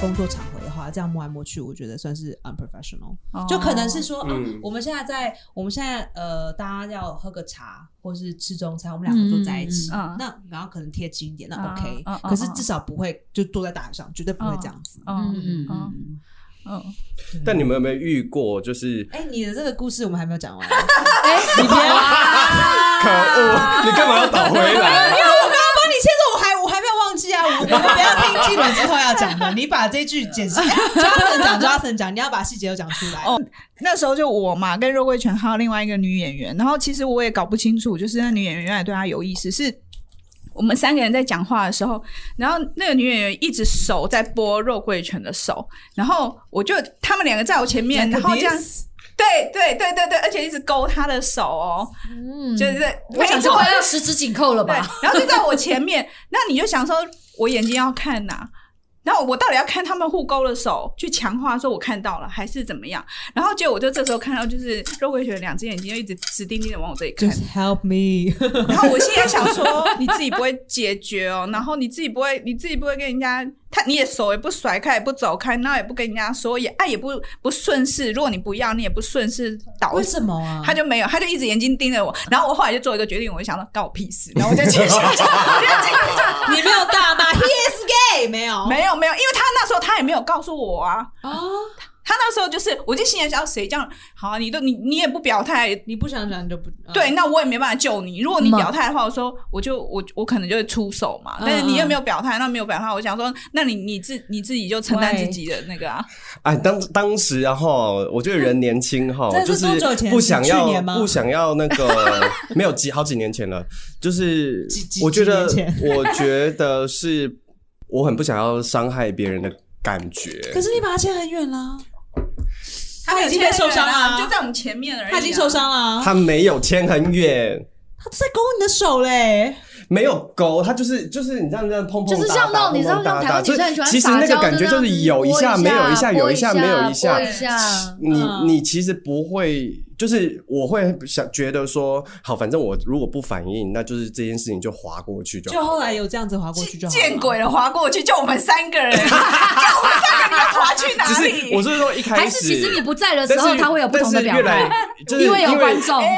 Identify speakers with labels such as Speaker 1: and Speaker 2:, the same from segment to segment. Speaker 1: 工作场合的话，这样摸来摸去，我觉得算是 unprofessional。就可能是说，啊
Speaker 2: 嗯
Speaker 1: 我们现在在，我们现在呃，大家要喝个茶或是吃中餐，我们两个坐在一起，
Speaker 3: 嗯嗯嗯
Speaker 1: 那然后可能贴近一点，那
Speaker 3: 嗯
Speaker 1: OK、
Speaker 3: 嗯嗯
Speaker 1: 可是至少不会就坐在大腿上，绝对不会这样子。
Speaker 3: 嗯
Speaker 1: 嗯
Speaker 3: 嗯嗯嗯，
Speaker 2: 但你们有没有遇过，就是
Speaker 1: 哎、你的这个故事我们还没有讲完，
Speaker 3: 哎， 你别，
Speaker 4: 哎
Speaker 2: 可恶，你干嘛要倒回来？
Speaker 1: 那你现在我还我还没有忘记啊，我我们不要听基本之后要讲的，你把这句解释 Justin 讲 Justin 讲，你要把细节都讲出来。
Speaker 3: 哦 那时候就我嘛，跟肉桂泉还有另外一个女演员，然后其实我也搞不清楚，就是那女演员原来对他有意思，是我们三个人在讲话的时候，然后那个女演员一直手在拨肉桂泉的手，然后我就他们两个在我前面，然后这样，对对对对对，而且一直勾他的手哦，
Speaker 4: 嗯
Speaker 3: 就是
Speaker 4: 我想
Speaker 3: 没
Speaker 4: 说
Speaker 3: 错
Speaker 4: 我要十指紧扣了
Speaker 3: 对
Speaker 4: 吧？，
Speaker 3: 然后就在我前面，那你就想说，我眼睛要看哪、然后我到底要看他们互勾的手，去强化说我看到了，还是怎么样？然后结果我就这时候看到，就是肉桂雪两只眼睛就一直直盯盯的往我这里看
Speaker 1: 就，是 help me，
Speaker 3: 然后我心里在想说，你自己不会解决哦，然后你自己不会，你自己不会跟人家，他你也手也不甩开，也不走开，那也不跟人家说，也爱也不不顺势。如果你不要，你也不顺势倒
Speaker 1: 为什么啊？
Speaker 3: 他就没有，他就一直眼睛盯着我。然后我后来就做一个决定，我就想说，干我屁事，然后我就 接下去。
Speaker 1: 你没有大 骂 he is gay 没有
Speaker 3: 没有没有，因为他那时候他也没有告诉我啊，
Speaker 1: 哦，
Speaker 3: 他那时候就是，我就心里想，谁这样好、啊，你都你你也不表态，
Speaker 1: 你不想讲你就不啊
Speaker 3: 对，，那我也没办法救你。如果你
Speaker 4: 嗯
Speaker 3: 表态的话，我说我就我我可能就会出手嘛，
Speaker 1: 嗯
Speaker 3: 但是你又没有表态，那没有表态，我想说，那你你自你自己就承担自己的那个啊，
Speaker 2: 哎，当当时啊哈，我觉得人年轻哈，
Speaker 1: 这
Speaker 2: 就是
Speaker 1: 多久前
Speaker 2: 不想
Speaker 1: 去
Speaker 2: 要
Speaker 1: 年吗
Speaker 2: 不想要那个，没有几好几年前了，就是
Speaker 1: 几几
Speaker 2: 我觉得
Speaker 1: 几年
Speaker 2: 我觉得是我很不想要伤害别人的感觉。
Speaker 1: 可是你把他牵很远了，
Speaker 3: 没有
Speaker 1: 已经被受伤了啊
Speaker 3: 牵人啊就在我们前面而已、
Speaker 2: 哎
Speaker 1: 他已经受，伤了啊，
Speaker 2: 他没有牵很远，
Speaker 1: 他在勾你的手嘞，
Speaker 2: 没有勾，他就是就是你这样这样碰碰
Speaker 4: 就是
Speaker 2: 打
Speaker 4: 像
Speaker 2: 打
Speaker 4: 那种你知道，
Speaker 2: 碰碰
Speaker 4: 像
Speaker 2: 打
Speaker 4: 台
Speaker 2: 打
Speaker 4: 湾女
Speaker 2: 就
Speaker 4: 生很喜欢
Speaker 2: 其实
Speaker 4: 撒
Speaker 2: 那个
Speaker 4: 娇
Speaker 2: 感觉
Speaker 4: 就这
Speaker 2: 就
Speaker 4: 样
Speaker 2: 是
Speaker 4: 子
Speaker 2: 有一
Speaker 4: 拨
Speaker 2: 下没有一下，
Speaker 4: 下，
Speaker 2: 有
Speaker 4: 拨
Speaker 2: 一
Speaker 4: 一
Speaker 2: 下没有一下
Speaker 4: 下，拨。下
Speaker 2: 你
Speaker 1: 嗯
Speaker 2: 你其实不会，就是我会想觉得说，好，反正我如果不反应，那就是这件事情就划过去就
Speaker 1: 就
Speaker 2: 好。
Speaker 1: 后来有这样子划过去啊就好了
Speaker 3: 见鬼了，划过去就我们 三个人，就我们三个人划去哪
Speaker 2: 只
Speaker 3: 里？
Speaker 2: 是我是说一开
Speaker 4: 还
Speaker 2: 始，
Speaker 4: 是其实你不在的
Speaker 2: 但
Speaker 4: 时候，
Speaker 2: 是
Speaker 4: 他会有不同
Speaker 2: 但
Speaker 4: 的
Speaker 2: 是
Speaker 4: 表
Speaker 2: 越来
Speaker 4: 态，
Speaker 2: 就是哎
Speaker 4: 因为有观众。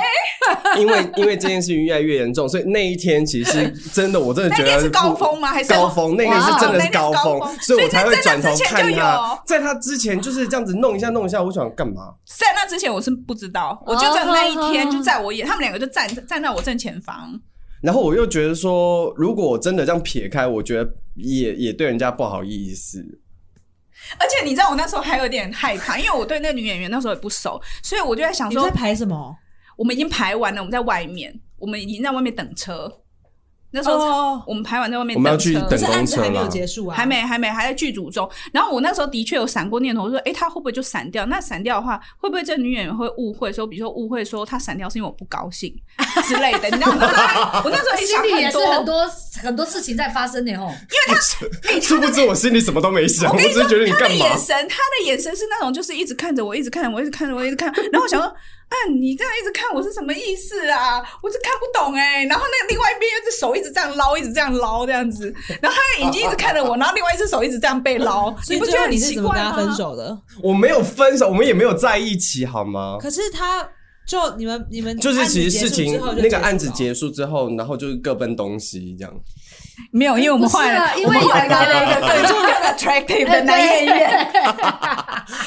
Speaker 2: 因为因为这件事情越来越严重，所以那一天其实真的，我真的觉
Speaker 3: 那
Speaker 2: 得
Speaker 3: 天是高峰吗还是
Speaker 2: 高峰？那天是真的是高峰
Speaker 3: 哇，
Speaker 2: 所以我才会转头
Speaker 3: 所
Speaker 2: 看
Speaker 3: 以在这之前就
Speaker 2: 他
Speaker 3: 有。
Speaker 2: 在他之前就是这样子弄一下弄一下，我想干嘛？
Speaker 3: 在那之前我是不知道，我就在
Speaker 1: 哦
Speaker 3: 那一天就在我眼，他们两个就站站在我正前方。
Speaker 2: 然后我又觉得说，如果我真的这样撇开，我觉得也也对人家不好意思。
Speaker 3: 而且你知道我那时候还有点害怕，因为我对那个女演员那时候也不熟，所以我就在想
Speaker 1: 你们
Speaker 3: 说
Speaker 1: 在，排什么？
Speaker 3: 我们已经排完了，我们在外面，我们已经在外面等车。那时候、
Speaker 1: 哦
Speaker 3: 我们排完在外面
Speaker 2: 我们要去
Speaker 3: 车
Speaker 2: 等
Speaker 1: 可是
Speaker 2: 公
Speaker 1: 案子
Speaker 2: 车
Speaker 1: 还没有
Speaker 2: 啦
Speaker 1: 结束啊，
Speaker 3: 还没还没还在剧组中。然后我那时候的确有闪过念头，我说：“诶，他会不会就闪掉？那闪掉的话，会不会这女演员会误会说，比如说误会说他闪掉是因为我不高兴之类的？”你知道我那时候我那
Speaker 2: 哎
Speaker 3: 时候也
Speaker 4: 心
Speaker 3: 想
Speaker 4: 里也
Speaker 3: 很
Speaker 4: 是
Speaker 3: 多，
Speaker 4: 很多很多事情在发生的 哦。
Speaker 2: 殊不知我心里什么都没想，我
Speaker 3: 哎我跟
Speaker 2: 只
Speaker 3: 你说，
Speaker 2: 是觉得你
Speaker 3: 他的
Speaker 2: 干嘛
Speaker 3: 眼？神，他的眼神是那种就是一直看着我，一直看着我，一直看着我，一直看。然后我想说，嗯，你这样一直看我是什么意思啊？我是看不懂哎、然后那另外一边又是手一直这样捞，一直这样捞这样子。然后他眼睛一直看着我，然后另外一只手一直这样被捞，
Speaker 1: 哦所
Speaker 3: 你
Speaker 1: 以
Speaker 3: 不觉
Speaker 1: 最后
Speaker 3: 得很
Speaker 1: 你是
Speaker 3: 奇
Speaker 1: 怎么
Speaker 3: 怪
Speaker 1: 跟他
Speaker 3: 吗？
Speaker 1: 分手的？
Speaker 2: 我没有分手，我们也没有在一起，好吗？
Speaker 1: 可是他就你们你们
Speaker 2: 就是其实事情那个案子
Speaker 1: 结束之后就束了
Speaker 2: 结束之后，然后就是各奔东西这样。
Speaker 3: 没有，因为我们
Speaker 4: 不是
Speaker 3: 换
Speaker 4: 啊
Speaker 3: 了，
Speaker 4: 因
Speaker 3: 我
Speaker 4: 为
Speaker 3: 们
Speaker 4: 有
Speaker 3: 换来了 一个更 attractive 的男演员，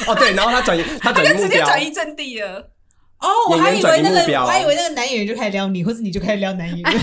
Speaker 2: 哦，对，然后他转移，他
Speaker 3: 他
Speaker 2: 转
Speaker 3: 就
Speaker 2: 移目
Speaker 3: 直接
Speaker 2: 标，
Speaker 3: 转移阵地了。
Speaker 1: 哦，我还以为那
Speaker 2: 演员转移目
Speaker 1: 个
Speaker 2: 标
Speaker 1: 我还以为那个男演员就开始撩你，或者你就开始撩 男演员，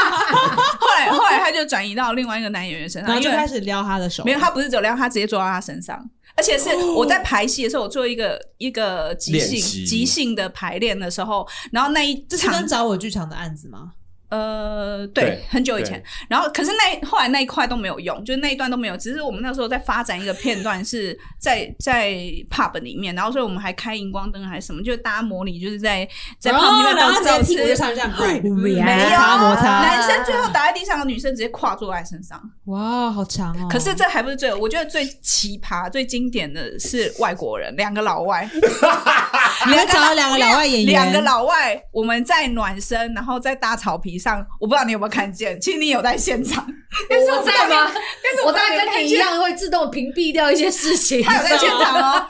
Speaker 3: 后来，后来他就转移到另外一个男演员身上，
Speaker 1: 然后就
Speaker 3: 因为
Speaker 1: 开始撩他的手。
Speaker 3: 没有，他不是走量，他直接坐到他身上。而且是
Speaker 1: 哦
Speaker 3: 我在排戏的时候，我做一个一个即
Speaker 2: 练
Speaker 3: 兴
Speaker 2: 习
Speaker 3: 即兴的排练的时候，然后那一
Speaker 1: 这是
Speaker 3: 场
Speaker 1: 跟找我剧场的案子吗？
Speaker 3: 呃，对，
Speaker 2: 对
Speaker 3: 很久以前，然后可是那一后来那一块都没有用，就是那一段都没有，只是我们那时候在发展一个片段是在在 pub 里面，然后所以我们还开荧光灯还是什么，就是大家模拟就是在在 pub 里
Speaker 1: 哦然
Speaker 3: 面到
Speaker 1: 后
Speaker 3: 处
Speaker 1: 在
Speaker 3: 都。
Speaker 1: 屁股就是上这样 ，right，
Speaker 4: 没有
Speaker 1: 摩擦摩擦，
Speaker 3: 啊男生最后倒在地上的女生直接跨坐在身上，
Speaker 1: 哇，好强哦！
Speaker 3: 可是这还不是最，我觉得最奇葩、最经典的是外国人，两个老外，
Speaker 1: 你要找两个老外演员，
Speaker 3: 两个老外，我们在暖身，然后在大草皮上，我不知道你有没有看见，其实你有在现场，
Speaker 4: 我在吗？
Speaker 3: 但是
Speaker 4: 我
Speaker 3: 大
Speaker 4: 大概跟你一，样会自动屏蔽掉一些事 情。
Speaker 3: 他有在现场 哦，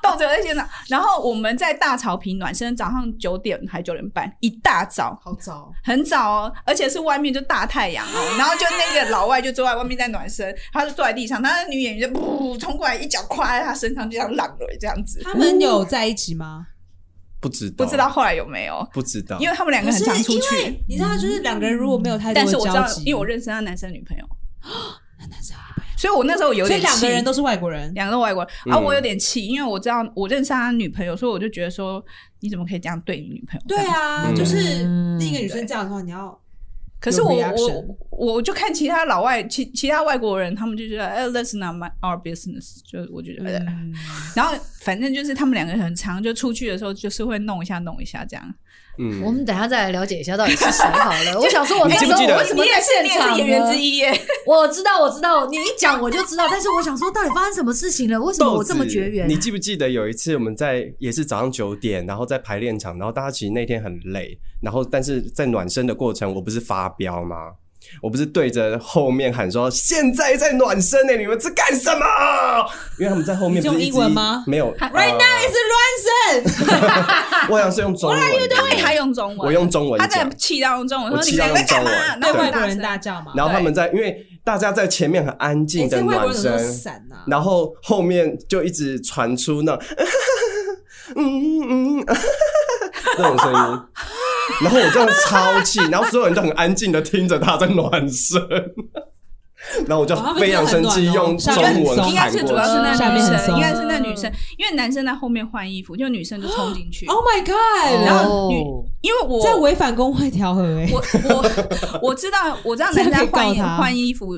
Speaker 3: 豆子有在现场。然后我们在大草坪暖身，早上九点还九点半，一大早。
Speaker 1: 好早，
Speaker 3: 很早哦，而且是外面就大太阳哦，然后就那个老外就坐在外面在暖身，他就坐在地上，他的女演员就噗冲过来，一脚跨在他身上，就像浪了这样子。
Speaker 1: 他们有在一起吗？
Speaker 2: 不知道，
Speaker 3: 不知道，后来有没有，
Speaker 2: 不知道，
Speaker 3: 因为他们两个很常出去。
Speaker 1: 你知道，就是两个人如果没有太
Speaker 3: 但
Speaker 1: 多
Speaker 3: 是
Speaker 1: 的
Speaker 3: 我知道
Speaker 1: 交，集，
Speaker 3: 因为我认识他男生的女朋友，所以我那时候有
Speaker 1: 所以
Speaker 3: 点
Speaker 1: 两个
Speaker 3: 气
Speaker 1: 人都是外国人。
Speaker 3: 两个都外国人，
Speaker 2: 嗯
Speaker 3: 啊，我有点气，因为我知道我认识他女朋友，所以我就觉得说，你怎么可以这样对你女朋友？
Speaker 1: 对
Speaker 3: 这样，
Speaker 1: 啊，
Speaker 2: 嗯
Speaker 1: 就是
Speaker 4: 嗯
Speaker 1: 另一个女生这样的话，你要
Speaker 3: 可是我
Speaker 1: 有 reaction
Speaker 3: 我我就看其他老外，其其他外国人，他们就觉得，哎，that's not my our business，就我觉得，呃
Speaker 1: 嗯
Speaker 3: 然后反正就是他们两个很常就出去的时候，就是会弄一下弄一下这样。
Speaker 2: 嗯，
Speaker 4: 我们等一下再来了解一下到底是谁好了。我想说，我那
Speaker 3: 哎
Speaker 4: 时候
Speaker 2: 你记不记得
Speaker 4: 我为什么在现场呢？
Speaker 3: 一耶，
Speaker 4: 我知道，我知道，你一讲我就知道。但是我想说，到底发生什么事情了？为什么
Speaker 2: 豆
Speaker 4: 我
Speaker 2: 子，
Speaker 4: 这么绝缘
Speaker 2: 你？记不记得有一次我们在也是早上九点，然后在排练场，然后大家其实那天很累，然后但是在暖身的过程，我不是发飙吗？我不是对着后面喊说：“现在在暖身呢、你们在干什么？”因为他们在后面
Speaker 1: 你是
Speaker 2: 不是
Speaker 1: 用
Speaker 2: 一直
Speaker 1: 英文吗
Speaker 2: 没有
Speaker 1: Right now 啊 is ransom，
Speaker 2: now，我想是用中文。
Speaker 3: 对他用中文，
Speaker 2: 我用中文
Speaker 3: 他
Speaker 2: 讲
Speaker 3: 真的气到用中文，
Speaker 2: 我
Speaker 3: 说你
Speaker 2: 气到
Speaker 3: 们两个在干
Speaker 2: 用中
Speaker 3: 嘛？
Speaker 2: 文
Speaker 1: 对
Speaker 3: 然后
Speaker 1: 外
Speaker 3: 很
Speaker 1: 国人
Speaker 3: 声
Speaker 1: 大叫嘛。
Speaker 2: 然后他们在，因为大家在前面很安静的
Speaker 1: 哎这外国
Speaker 2: 暖
Speaker 1: 人
Speaker 2: 身，
Speaker 1: 都散啊呐，
Speaker 2: 然后后面就一直传出那种嗯嗯 嗯那种声音，然后我真的超气，然后所有人都很安静的听着他在暖身，然后
Speaker 3: 哦
Speaker 2: 我就非常生气，用中文
Speaker 3: 应该
Speaker 2: 喊
Speaker 3: 是
Speaker 2: 过
Speaker 3: 主要
Speaker 2: 去。
Speaker 3: 是那
Speaker 1: 下
Speaker 3: 女
Speaker 1: 面很嗯松
Speaker 3: 生，应该是那女生，因为男生在后面换衣服，就女生就冲进去。
Speaker 1: Oh my god！然
Speaker 3: 然
Speaker 1: 后
Speaker 3: 后女
Speaker 4: 哦
Speaker 3: 因为我
Speaker 1: 在违反工会调和哎，
Speaker 3: 我我我知道我知道男生在换衣
Speaker 1: 这样可以告他
Speaker 3: 换衣服，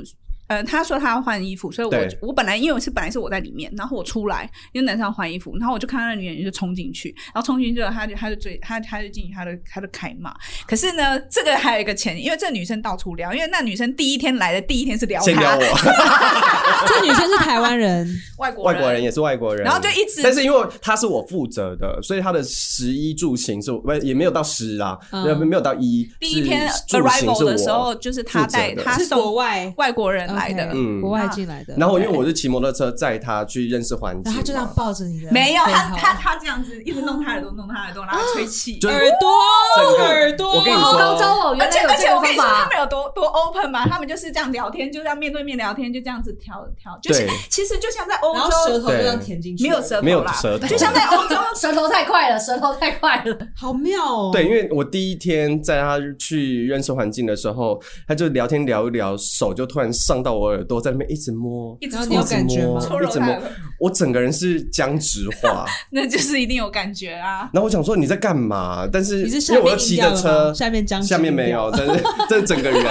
Speaker 3: 呃，他说他要换衣服，所以
Speaker 2: 对
Speaker 3: 我我本来因为我是本来是我在里面，然后我出来，因为男生要换衣服，然后我就看到那女演员就冲进去，然后冲进去之后，他就他就追他他就进去，他就他就开骂。可是呢，这个还有一个前提，因为这女生到处撩，因为那女生第一天来的第一天是撩
Speaker 2: 先撩
Speaker 3: 他
Speaker 2: 我，
Speaker 1: 这女生是台湾 人，
Speaker 3: 外国
Speaker 2: 外国人也是外国人，
Speaker 3: 然后就一直
Speaker 2: 但是因为他是我负责的，所以他的十一住行是我不也没有到十啦，
Speaker 1: 嗯
Speaker 2: 没有没有到一。
Speaker 3: 第一天
Speaker 2: 是住行是
Speaker 3: arrival
Speaker 2: 我
Speaker 3: 的时候，就是他带
Speaker 2: 负责的
Speaker 3: 他
Speaker 1: 是国
Speaker 3: 送
Speaker 1: 外
Speaker 3: 外国人来的
Speaker 1: OK，
Speaker 2: 嗯
Speaker 1: 国外进来的。
Speaker 2: 然后因为我是骑摩托车载他去认识环境嘛，
Speaker 1: 然后他就这样抱着你的背后，
Speaker 3: 没有他他他这样子一直弄他耳朵，弄他耳朵，然后吹气。
Speaker 2: 就
Speaker 1: 耳
Speaker 2: 整
Speaker 1: 朵
Speaker 2: 个
Speaker 1: 耳朵，
Speaker 2: 我跟你
Speaker 4: 好
Speaker 2: 说
Speaker 4: 高招哦！
Speaker 3: 而
Speaker 4: 原
Speaker 3: 且
Speaker 4: 来有
Speaker 3: 而且
Speaker 4: 这
Speaker 3: 我
Speaker 4: 个
Speaker 3: 跟
Speaker 4: 方
Speaker 3: 你说，他
Speaker 4: 法。
Speaker 3: 们有多多 open 嘛？他们就是这样聊天，就这样面对面聊天，就这样子调调，就是
Speaker 2: 对
Speaker 3: 其实就像在欧
Speaker 1: 然后舌
Speaker 3: 洲
Speaker 1: 头就这样舔进去，
Speaker 3: 没有舌
Speaker 2: 没
Speaker 3: 头
Speaker 2: 有
Speaker 3: 啦，
Speaker 2: 舌头
Speaker 3: 就像在 欧洲
Speaker 4: 哦舌头太快了，舌头太快 了。
Speaker 1: 好妙哦。
Speaker 2: 对，因为我第一天载他去认识环境的时候，他就聊天聊一聊，手就突然上到我耳朵，在那边一直摸，
Speaker 3: 一直
Speaker 1: 然后你有
Speaker 3: 搓
Speaker 2: 一直
Speaker 1: 感觉
Speaker 2: 摸
Speaker 1: 吗
Speaker 3: 搓
Speaker 2: 一
Speaker 3: 揉
Speaker 2: 直
Speaker 3: 他
Speaker 2: 摸，，我整个人是僵直化。
Speaker 3: 那就是一定有感觉啊。
Speaker 2: 然后我想说你在干嘛？但是
Speaker 1: 你是下
Speaker 2: 因为我又
Speaker 1: 面
Speaker 2: 骑
Speaker 1: 硬掉
Speaker 2: 着
Speaker 1: 了
Speaker 2: 车
Speaker 1: 吗？，下面僵直
Speaker 2: 下面没有，但是 这整 个人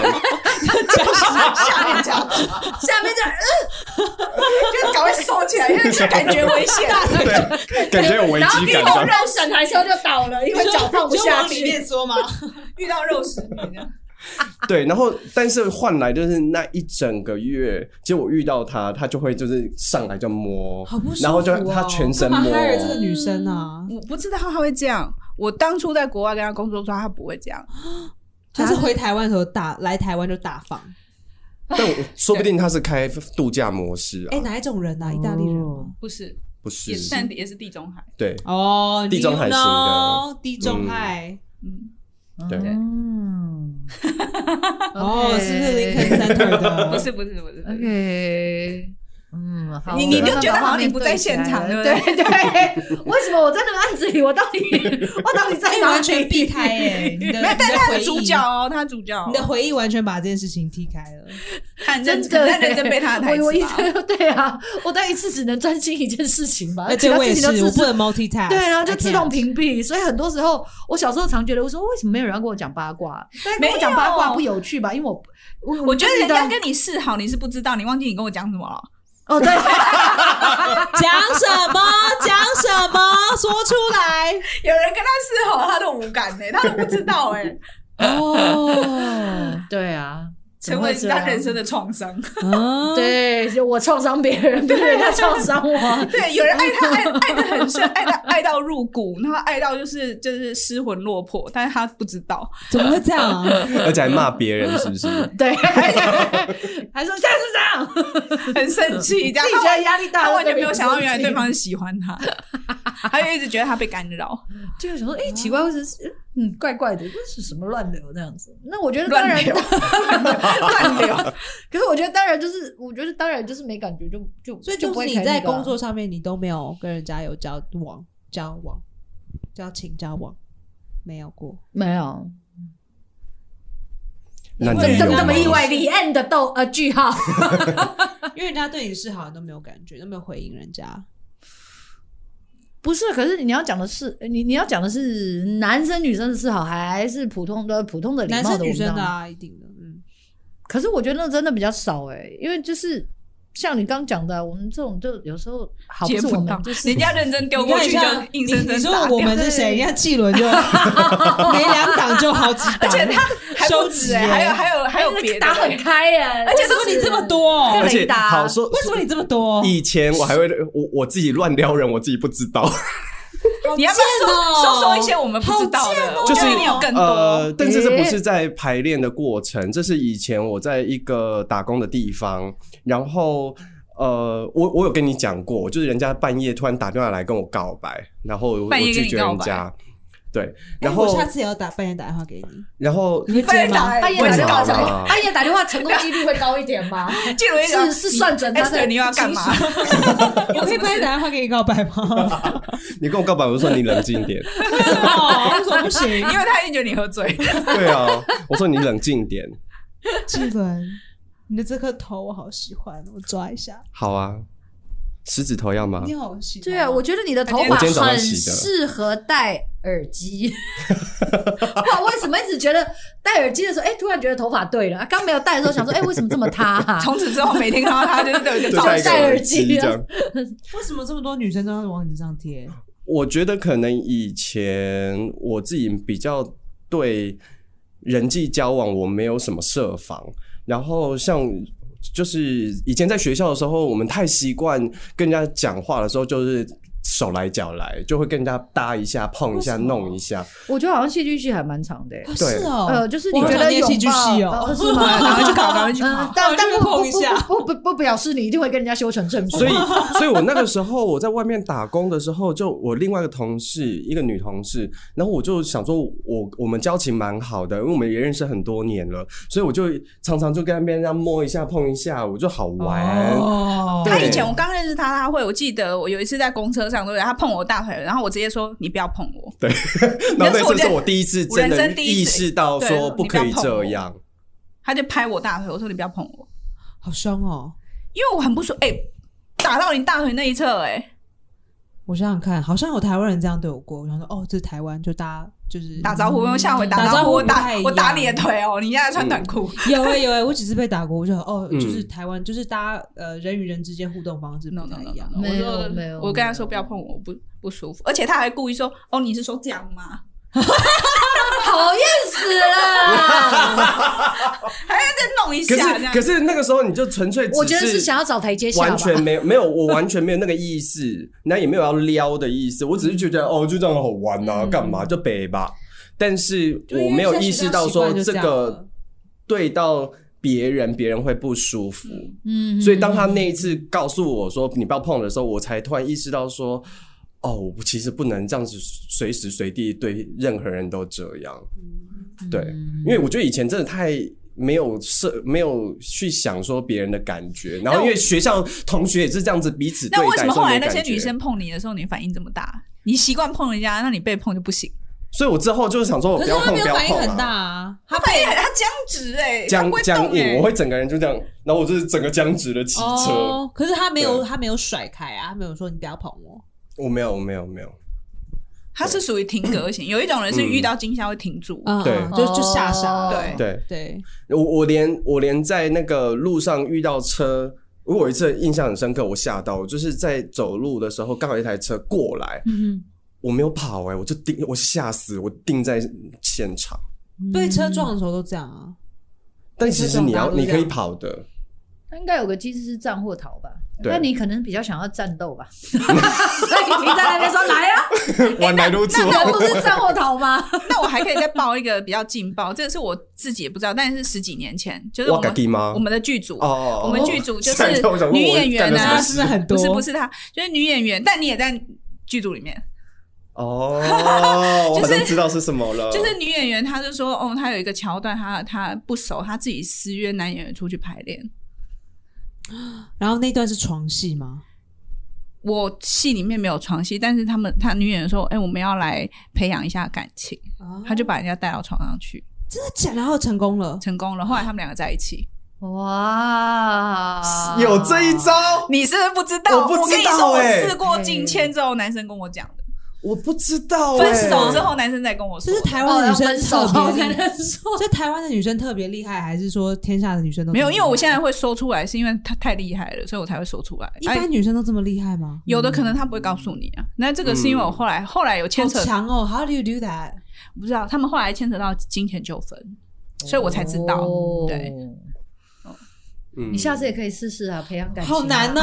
Speaker 3: 下面这样，下面这样，嗯，就赶快收起来，因为就感觉危 险。
Speaker 2: 对感觉有危机感。这样
Speaker 4: 审台时候就倒了，因
Speaker 1: 你说你就往里。面缩吗？
Speaker 3: 遇到肉食女这样，
Speaker 2: 对，然后但是换来就是那一整个月，其实我遇到他，他就会就是上来就摸
Speaker 1: 好不舒服哦，
Speaker 2: 然后就他全身
Speaker 1: 干嘛
Speaker 2: 摸，
Speaker 1: hire 这个女生啊，
Speaker 3: 嗯我不知道他会这样。我当初在国外跟他工作的时候，他不会这样。
Speaker 1: 她是回台湾的时候大来台湾就大放。
Speaker 2: 但我说不定他是开度假模式啊
Speaker 1: 哎，，哪一种
Speaker 3: 哦
Speaker 1: 人啊？意大利人吗？
Speaker 3: 不是，
Speaker 2: 不是
Speaker 3: 也？但也是地中海。
Speaker 2: 对，
Speaker 1: 哦，
Speaker 2: 地中海型
Speaker 1: you
Speaker 2: 的
Speaker 1: know，地中海。
Speaker 3: 嗯，
Speaker 4: 呃
Speaker 2: 对
Speaker 4: 嗯，
Speaker 1: 哦，是不是林肯 Center 的？
Speaker 3: 嗯 不是不是不是，不是
Speaker 4: ？OK，嗯，好。
Speaker 3: 你你
Speaker 4: 我
Speaker 3: 就觉得
Speaker 4: 慢慢把
Speaker 3: 好像你
Speaker 4: 画面
Speaker 3: 不在
Speaker 4: 对起来
Speaker 3: 现场，对
Speaker 4: 了
Speaker 3: 不
Speaker 4: 对？
Speaker 3: 对？对，
Speaker 4: 为什么我在那个案子里，我到底我到底在
Speaker 1: 哎，
Speaker 4: 哪
Speaker 1: 完全
Speaker 4: 里？
Speaker 1: 避开哎，你的
Speaker 3: 没有，但是他的主角
Speaker 1: 你的回忆
Speaker 3: 哦，他主角哦，
Speaker 1: 你的回忆完全把这件事情踢开了。
Speaker 3: 看
Speaker 4: 真
Speaker 3: 认
Speaker 4: 的
Speaker 3: 可能
Speaker 4: 欸，
Speaker 3: 在认真背他的台
Speaker 4: 我我一
Speaker 3: 词吧。
Speaker 4: 直 对啊，我但一次只能专心一件事情吧，
Speaker 1: 哎，
Speaker 4: 其
Speaker 1: 对
Speaker 4: 他
Speaker 1: 我也
Speaker 4: 事情都
Speaker 1: 是，
Speaker 4: 自
Speaker 1: 我不
Speaker 4: 动
Speaker 1: 能 multitask。
Speaker 4: 对，然后就自动屏蔽。所以很多时候，我小时候常觉得，我说为什么没有人要跟我讲八卦？但跟我讲八
Speaker 3: 没
Speaker 4: 卦
Speaker 3: 有
Speaker 4: 不有趣吧？因为我我
Speaker 3: 我觉得人家
Speaker 4: 不知
Speaker 3: 跟你示好，你是不知道，你忘记你跟我讲什么了。
Speaker 4: 道哦 对，
Speaker 1: 讲什么？讲什么？说出来。
Speaker 3: 有人跟他欸示好，他都无感呢，他都不知道哎。
Speaker 1: 哦，
Speaker 4: 对啊，
Speaker 3: 成为他人生的创伤。
Speaker 1: 嗯，
Speaker 4: 对，就我创伤别人，别人在创伤我。
Speaker 3: 对，有 人爱他爱爱的很深，爱到爱到入骨，然后爱到就是就是失魂落魄，但是他不知道。
Speaker 1: 怎么会这样 啊？
Speaker 2: 而且还骂别人，是不是？
Speaker 4: 对，还说现在是这样，
Speaker 3: 很生气，这样
Speaker 4: 自己觉得压力大
Speaker 3: 他完全没有想到原来对方是喜欢 他，他就一直觉得他被干扰，
Speaker 4: 就想说，哎、奇怪，为什么是嗯怪怪的，这是什么乱流那样子？那我觉得当
Speaker 3: 乱
Speaker 4: 然，
Speaker 3: 流 乱流。
Speaker 4: 可是我觉得当然就是，我觉得当然就是没感觉就就
Speaker 1: 所以
Speaker 4: 就
Speaker 1: 就
Speaker 4: 不
Speaker 1: 是
Speaker 4: 会
Speaker 1: 你
Speaker 4: 开那
Speaker 1: 在
Speaker 4: 个啊
Speaker 1: 工作上面，你都没有跟人家有交往、交往、交情、交往，没有过。
Speaker 4: 没有
Speaker 2: 那你
Speaker 1: 这
Speaker 2: 有
Speaker 4: 这么
Speaker 2: 吗
Speaker 4: 这么意外，the end 逗呃句号，
Speaker 1: 因为人家对你示好，你都没有感觉，都没有回应人家。
Speaker 4: 不是？可是你要讲的是你你要讲的是男生女生的示好，还是普通的普通的礼貌
Speaker 1: 男
Speaker 4: 的
Speaker 1: 生女
Speaker 4: 文
Speaker 1: 生
Speaker 4: 章
Speaker 1: 的啊，一定的，嗯，
Speaker 4: 可是我觉得那真的比较少哎、因为就是像你刚讲的，我们这种就有时候好不
Speaker 3: 接
Speaker 4: 是我
Speaker 3: 不
Speaker 4: 们
Speaker 3: 到
Speaker 4: 就是，
Speaker 3: 人家认真丢过去就硬生
Speaker 1: 你
Speaker 3: 生
Speaker 1: 说
Speaker 3: 打
Speaker 1: 我
Speaker 3: 掉，
Speaker 1: 们是 谁？人家季伦就没两档就好几档，
Speaker 3: 而且他还不
Speaker 1: 收
Speaker 3: 止
Speaker 1: 集
Speaker 3: 哎，
Speaker 1: 耶
Speaker 3: 还有还有还有别的，
Speaker 4: 打很开耶、而
Speaker 1: 为什么你这么多哦？
Speaker 2: 而且
Speaker 4: 雷达
Speaker 2: 好说，
Speaker 1: 为什么你这么多？
Speaker 2: 以前我还会我我自己乱撩人，我自己不知道，
Speaker 3: 你要不要
Speaker 1: 好贱哦
Speaker 3: 说说说一些我们不知道
Speaker 4: 哦
Speaker 3: 的？我
Speaker 2: 就
Speaker 3: 觉
Speaker 2: 是
Speaker 3: 得你有更
Speaker 2: 呃
Speaker 3: 多，，
Speaker 2: 但是这不是在排练的过程，这是以前我在一个打工的地方，然后呃，我我有跟你讲过，就是人家半夜突然打电话来跟我告白，然后我我
Speaker 3: 半夜跟
Speaker 2: 拒
Speaker 3: 你
Speaker 2: 绝
Speaker 3: 告
Speaker 2: 人
Speaker 3: 白
Speaker 2: 家，对，
Speaker 1: 哎
Speaker 2: 然后
Speaker 1: 我下次也要打半夜打电话给你，
Speaker 2: 然后
Speaker 1: 你会接吗？
Speaker 4: 半夜打电话
Speaker 2: 为什么
Speaker 4: 成，半夜打电话成功几率会高一点吗？
Speaker 3: 记录一下
Speaker 4: 是是算准他
Speaker 3: Esther，
Speaker 4: 的
Speaker 3: 你又要干 嘛？
Speaker 1: 我可以半夜打电话给你告白吗？
Speaker 2: 你跟我告白，我就说你冷静一点，
Speaker 1: 为什
Speaker 4: 哦
Speaker 1: 么？为什么不行？
Speaker 3: 因为他一定觉得你喝醉，
Speaker 2: 对啊，我说你冷静一点，
Speaker 1: 季伦，你的这颗头我好喜欢，我抓一下。
Speaker 2: 好啊，狮子头要吗？
Speaker 1: 你好喜欢。
Speaker 4: 对 啊，我觉得你的头
Speaker 2: 我
Speaker 4: 发
Speaker 2: 今天早上
Speaker 4: 很
Speaker 2: 洗的
Speaker 4: 适合戴耳机。 哇，为什么一直觉得戴耳机的时候，哎、突然觉得头发对了？啊刚没有戴的时候想说，哎、为什么这么塌、 啊？
Speaker 3: 从此之后每天看到他就是都有一 个
Speaker 2: 对
Speaker 3: 照
Speaker 2: 戴一个
Speaker 4: 戴耳
Speaker 2: 耳
Speaker 4: 机
Speaker 2: 机这样。
Speaker 1: 为什么这么多女生都要往你上贴？
Speaker 2: 我觉得可能以前我自己比较对人际交往我没有什么设防，然后像就是以前在学校的时候，我们太习惯跟人家讲话的时候就是。手来脚来，就会跟人家搭一下、碰一下、
Speaker 1: 为什么
Speaker 2: 弄一下。
Speaker 4: 我觉得好像戏剧系还蛮长的、欸。
Speaker 1: 是哦，
Speaker 4: 呃，就是你
Speaker 1: 我好
Speaker 4: 觉
Speaker 1: 想
Speaker 4: 得
Speaker 1: 念
Speaker 4: 拥
Speaker 1: 戏剧
Speaker 4: 抱
Speaker 1: 系哦
Speaker 4: 呃是吗？
Speaker 3: 赶快去考赶快去考
Speaker 4: 嗯但但
Speaker 1: 赶快去
Speaker 4: 不不
Speaker 1: 碰一下
Speaker 4: 不不不不表示你一定会跟人家修 成正果。
Speaker 2: 所以，所以我那个时候我在外面打工的时候，就我另外一个同事，一个女同事，然后我就想说我，我们交情蛮好的，因为我们也认识很多年了，所以我就常常就跟那边这样摸一下、碰一下，我就好玩。
Speaker 1: 哦
Speaker 2: 对
Speaker 3: 他以前我刚认识他，他会我记得我有一次在公车上，对不对？他碰我大腿，然后我直接说：“你不要碰我。
Speaker 2: 然后那
Speaker 3: 那是我
Speaker 2: 次是
Speaker 3: 的
Speaker 2: 我第一次真
Speaker 3: 我人
Speaker 2: 的
Speaker 3: 生第
Speaker 2: 意
Speaker 3: 一次
Speaker 2: 识到
Speaker 3: 对
Speaker 2: 说
Speaker 3: 你不
Speaker 2: 不
Speaker 3: 要
Speaker 2: 可以
Speaker 3: 碰
Speaker 2: 这
Speaker 3: 我
Speaker 2: 样，”
Speaker 3: 他就拍我大腿，我说：“你不要碰我，
Speaker 1: 好凶哦！
Speaker 3: 因为我很不舒服。”哎，打到你大腿那一侧，哎，
Speaker 1: 我想想看，好像有台湾人这样对我过。我想说，哦，这是台湾就大家就是
Speaker 3: 打招呼，因为下回打
Speaker 1: 嗯打招呼
Speaker 3: 招呼我
Speaker 1: 不
Speaker 3: 打
Speaker 1: 太一
Speaker 3: 我打你的
Speaker 1: 样
Speaker 3: 腿哦，你现在穿短裤，
Speaker 1: 有哎、有哎、我几次被打过，我就想哦，
Speaker 2: 嗯
Speaker 1: 就是台湾就是大家呃人与人之间互动方式
Speaker 3: no
Speaker 1: 不
Speaker 3: no
Speaker 1: 太
Speaker 3: no
Speaker 1: 一样。
Speaker 3: no，
Speaker 4: 没有
Speaker 3: 我就
Speaker 4: 没有
Speaker 3: 我跟他说
Speaker 4: 没
Speaker 3: 不要
Speaker 4: 有
Speaker 3: 碰我，我不不舒服，而且他还故意说哦你是说这样吗？
Speaker 4: 讨厌死了！
Speaker 3: 还要再弄一
Speaker 2: 可
Speaker 3: 下这
Speaker 2: 是
Speaker 3: 样
Speaker 2: 可。是那个时候你就纯粹只
Speaker 4: 我觉得是想要找台阶下吧。
Speaker 2: 完全没有没有，我完全没有那个意思，那也没有要撩的意思，我只是觉得哦，就这样好玩
Speaker 4: 嗯
Speaker 2: 啊，干嘛就北吧。但是我没有意识到说
Speaker 1: 就是
Speaker 2: 这
Speaker 1: 因为现在习惯就这样
Speaker 2: 个
Speaker 1: 了
Speaker 2: 对到别人，别人会不舒服。
Speaker 4: 嗯
Speaker 2: 所以当他那一次告诉我说你不要碰的时候，我才突然意识到说，哦，我其实不能这样子随时随地对任何人都这样。
Speaker 4: 嗯
Speaker 2: 对，
Speaker 3: 嗯
Speaker 2: 因为我觉得以前真的太。没有设，没有去想说别人的感觉，然后因为学校同学也是这样子彼此对
Speaker 3: 那
Speaker 2: 待，
Speaker 3: 为什么
Speaker 2: 所以
Speaker 3: 后
Speaker 2: 没
Speaker 3: 来
Speaker 2: 有
Speaker 3: 那些
Speaker 2: 感觉
Speaker 3: 女生碰你的时候，你反应这么大？你习惯碰人家，那你被碰就不行。
Speaker 2: 所以我之后就是想说，我
Speaker 1: 可
Speaker 2: 不
Speaker 1: 是
Speaker 2: 要
Speaker 1: 他
Speaker 2: 碰，
Speaker 1: 没
Speaker 2: 不
Speaker 1: 有
Speaker 2: 要
Speaker 1: 反应
Speaker 2: 碰
Speaker 1: 很大
Speaker 2: 啊！
Speaker 1: 啊，
Speaker 3: 他被 他僵直哎、欸，
Speaker 2: 僵
Speaker 3: 他不会
Speaker 2: 僵
Speaker 3: 动哎、
Speaker 2: 硬，我会整个人就这样，然后我就是整个僵直的骑车。
Speaker 1: 哦，可是他没有
Speaker 2: 对
Speaker 1: 他没有甩开啊，他没有说你不要碰我。
Speaker 2: 我没有，我没有，没有。
Speaker 3: 他是属于停格型，有一种人是遇到惊吓会停住。
Speaker 1: 嗯，
Speaker 2: 对
Speaker 1: 嗯就就吓傻
Speaker 4: 哦
Speaker 1: 了。
Speaker 3: 对
Speaker 2: 对
Speaker 1: 对，
Speaker 2: 我，我连我连在那个路上遇到车，我有一次印象很深刻，我吓到，我就是在走路的时候，刚好一台车过来，
Speaker 4: 嗯
Speaker 2: 我没有跑哎、我就定，我吓死，我定在现场。
Speaker 4: 哼
Speaker 1: 被车撞的时候都这样啊。
Speaker 2: 但其实你要
Speaker 1: 这种大陆
Speaker 2: 你可以
Speaker 1: 这样
Speaker 2: 跑的，
Speaker 4: 他应该有个机制是战或逃吧？
Speaker 2: 对
Speaker 4: 那你可能比较想要战斗吧， 所以你在那边说来 啊，
Speaker 1: 哎
Speaker 2: 晚来如初。
Speaker 4: 那不是战或逃吗？
Speaker 3: 那我还可以再爆一个比较劲爆，这个是我自己也不知道，但是十几年前，就是 我
Speaker 2: 哇嘎
Speaker 3: 们
Speaker 2: 叽吗？
Speaker 3: 我们的剧组，
Speaker 2: 哦哦，
Speaker 3: 我们剧组 就
Speaker 2: 吓一
Speaker 3: 是
Speaker 2: 跳我想问
Speaker 3: 女
Speaker 2: 我
Speaker 3: 演员
Speaker 2: 干了什
Speaker 3: 啊，
Speaker 2: 么
Speaker 1: 是不是很多？
Speaker 3: 不是不是她，就是女演员，但你也在剧组里面。
Speaker 2: 哦，我好像知道是什么了，
Speaker 3: 就是女演员，她就说，哦，她有一个桥段，她她不熟，她自己私约男演员出去排练。
Speaker 1: 然后那段是床戏吗？
Speaker 3: 我戏里面没有床戏，但是他们她女演员说，哎、我们要来培养一下感情，她就把人家带到床上去，
Speaker 1: 真的假的？然后成功了，
Speaker 3: 成功了。后来他们两个在一起，
Speaker 4: 哇，
Speaker 1: 啊
Speaker 2: 有这一招，
Speaker 3: 你是不是不知道？
Speaker 2: 我不知道
Speaker 3: 跟你说，我
Speaker 2: 欸
Speaker 3: 试过进签之后，男生跟我讲的，
Speaker 2: 我不知道
Speaker 3: 分
Speaker 2: 哎
Speaker 3: 手之后男生再跟我说
Speaker 1: 这
Speaker 3: 的。
Speaker 1: 是台湾
Speaker 4: 哦，
Speaker 1: 的
Speaker 4: 要
Speaker 1: 女生
Speaker 4: 分手，我
Speaker 1: 特别
Speaker 3: 哦
Speaker 4: 跟
Speaker 1: 厉害，
Speaker 4: 人说，
Speaker 1: 这台湾的女生特别厉害，还是说天下的女生都
Speaker 3: 没有，因为我现
Speaker 1: 在
Speaker 3: 在会说出来，是因为她太厉害了，所以我才会说出来。
Speaker 1: 一
Speaker 3: 哎
Speaker 1: 般女生都这么厉害吗？
Speaker 3: 有的可能她不会告诉你啊，那这个是因为我后来、后来有牵
Speaker 1: 好
Speaker 3: 扯
Speaker 1: 强哦！How do you do that？
Speaker 3: 不知道，他们后来牵扯到金钱纠纷，所以我才知道。
Speaker 4: 哦
Speaker 3: 对，
Speaker 2: 嗯
Speaker 4: 你下次也可以试试啊，培养感情啊，
Speaker 1: 好难 哦！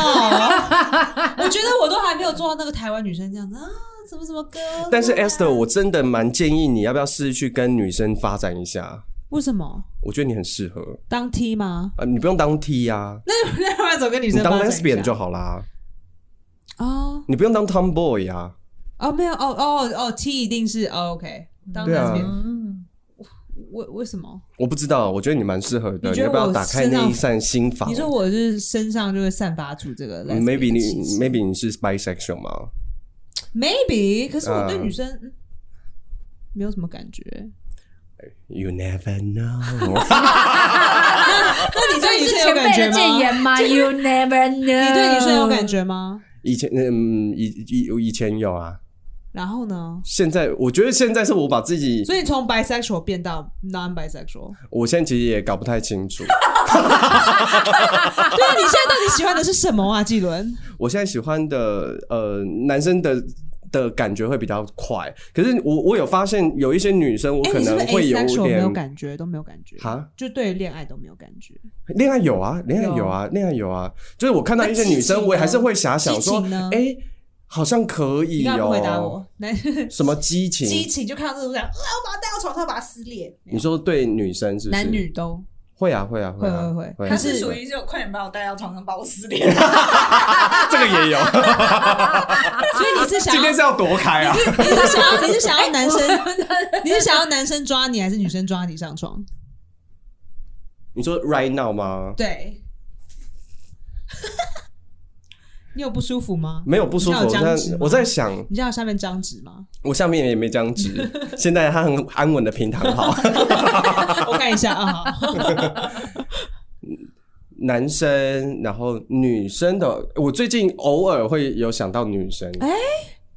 Speaker 1: 我觉得我都还没有做到那个台湾女生这样子啊，怎么怎么歌？
Speaker 2: 但是
Speaker 1: 怎么
Speaker 2: Esther，我真的蛮建议你要不要试着去跟女生发展一下，
Speaker 1: 为什么
Speaker 2: 我觉得你很适合
Speaker 1: 当 T 吗？
Speaker 2: 啊，你不用当 T 啊，
Speaker 1: 那要不然走跟女
Speaker 2: 你
Speaker 1: 生
Speaker 2: 当
Speaker 1: 发展一下
Speaker 2: lesbian 就好啦，
Speaker 1: 哦
Speaker 2: 你不用当 tomboy 啊，
Speaker 1: 哦没有哦哦哦 T 一定是哦 OK 当
Speaker 2: 对啊
Speaker 1: lesbian
Speaker 4: 嗯，
Speaker 1: 为为什么？
Speaker 2: 我不知道，我觉得你蛮适合的，
Speaker 1: 你
Speaker 2: 你
Speaker 1: 觉得
Speaker 2: 要不要
Speaker 1: 我
Speaker 2: 打开
Speaker 1: 身上
Speaker 2: 那一扇心房？
Speaker 1: 你说我是身上就会散发出这个 lesbian
Speaker 2: 嗯，maybe
Speaker 1: 气
Speaker 2: 你
Speaker 1: 息
Speaker 2: maybe 你是 bisexual 吗？
Speaker 1: maybe，可是我对
Speaker 2: 嗯
Speaker 1: 女生嗯没有什么感 觉。
Speaker 2: You never know 。
Speaker 1: 那你对女
Speaker 4: 是
Speaker 1: 生有
Speaker 4: 前
Speaker 1: 感
Speaker 4: 辈
Speaker 1: 觉
Speaker 4: 的谏
Speaker 1: 吗？
Speaker 4: 言吗？You never know，你
Speaker 1: 你对女生有感？觉吗？
Speaker 2: 以前嗯，以以以前有啊，
Speaker 1: 然后呢？
Speaker 2: 现在我觉得现在是我把自己，
Speaker 1: 所以你从 bisexual 变到 non bisexual，
Speaker 2: 我现在其实也搞不太 清楚。
Speaker 1: 对啊，你现在到底喜欢的是什么啊？纪伦，
Speaker 2: 我现在喜欢的呃，男生的的感觉会比较快，可是我我有发现有一些女生，我
Speaker 1: 哎，
Speaker 2: 可
Speaker 1: 你是
Speaker 2: 能
Speaker 1: 不是
Speaker 2: 会
Speaker 1: asexual 没
Speaker 2: 点
Speaker 1: 有感觉，都没有感觉
Speaker 2: 哈，
Speaker 1: 就对恋爱都没有感觉。
Speaker 2: 恋爱有啊，恋爱有啊，恋爱有啊，就是我看到一些
Speaker 1: 那
Speaker 2: 女
Speaker 1: 激情
Speaker 2: 生，
Speaker 1: 呢
Speaker 2: 我也还是会遐想
Speaker 1: 激
Speaker 2: 说
Speaker 1: 情呢，
Speaker 2: 哎，好像可
Speaker 1: 你
Speaker 2: 以
Speaker 1: 刚刚不回答
Speaker 2: 哦
Speaker 1: 我，，男
Speaker 2: 什么激情？
Speaker 1: 激情就看到这种想，啊，我把他带到床上，把他撕裂。没有
Speaker 2: 你说对女生是不是
Speaker 1: 男女都
Speaker 2: 会啊会啊
Speaker 1: 会
Speaker 2: 啊
Speaker 1: 会会
Speaker 2: 会啊，
Speaker 1: 他是属
Speaker 3: 于就快点把我带到床上把我撕裂。
Speaker 2: 这个也有，
Speaker 1: 所以你啊是想
Speaker 2: 今
Speaker 1: 要，
Speaker 2: 天是要躲开啊。
Speaker 1: 你是想要，哎你是想要男 生，你是想要男生抓你，还是女生抓你上床？
Speaker 2: 你说 right now 吗？
Speaker 1: 对。 你有不舒服吗？
Speaker 2: 没有不舒服，
Speaker 1: 你
Speaker 2: 我
Speaker 1: 知道有僵
Speaker 2: 在
Speaker 1: 直吗
Speaker 2: 我在想，
Speaker 1: 你知道下面张纸吗？
Speaker 2: 我下面也没僵 直，现在他很安稳的平躺好。
Speaker 1: 我看一下啊，好
Speaker 2: 男生，然后女生的，我最近偶尔会有想到女生，哎、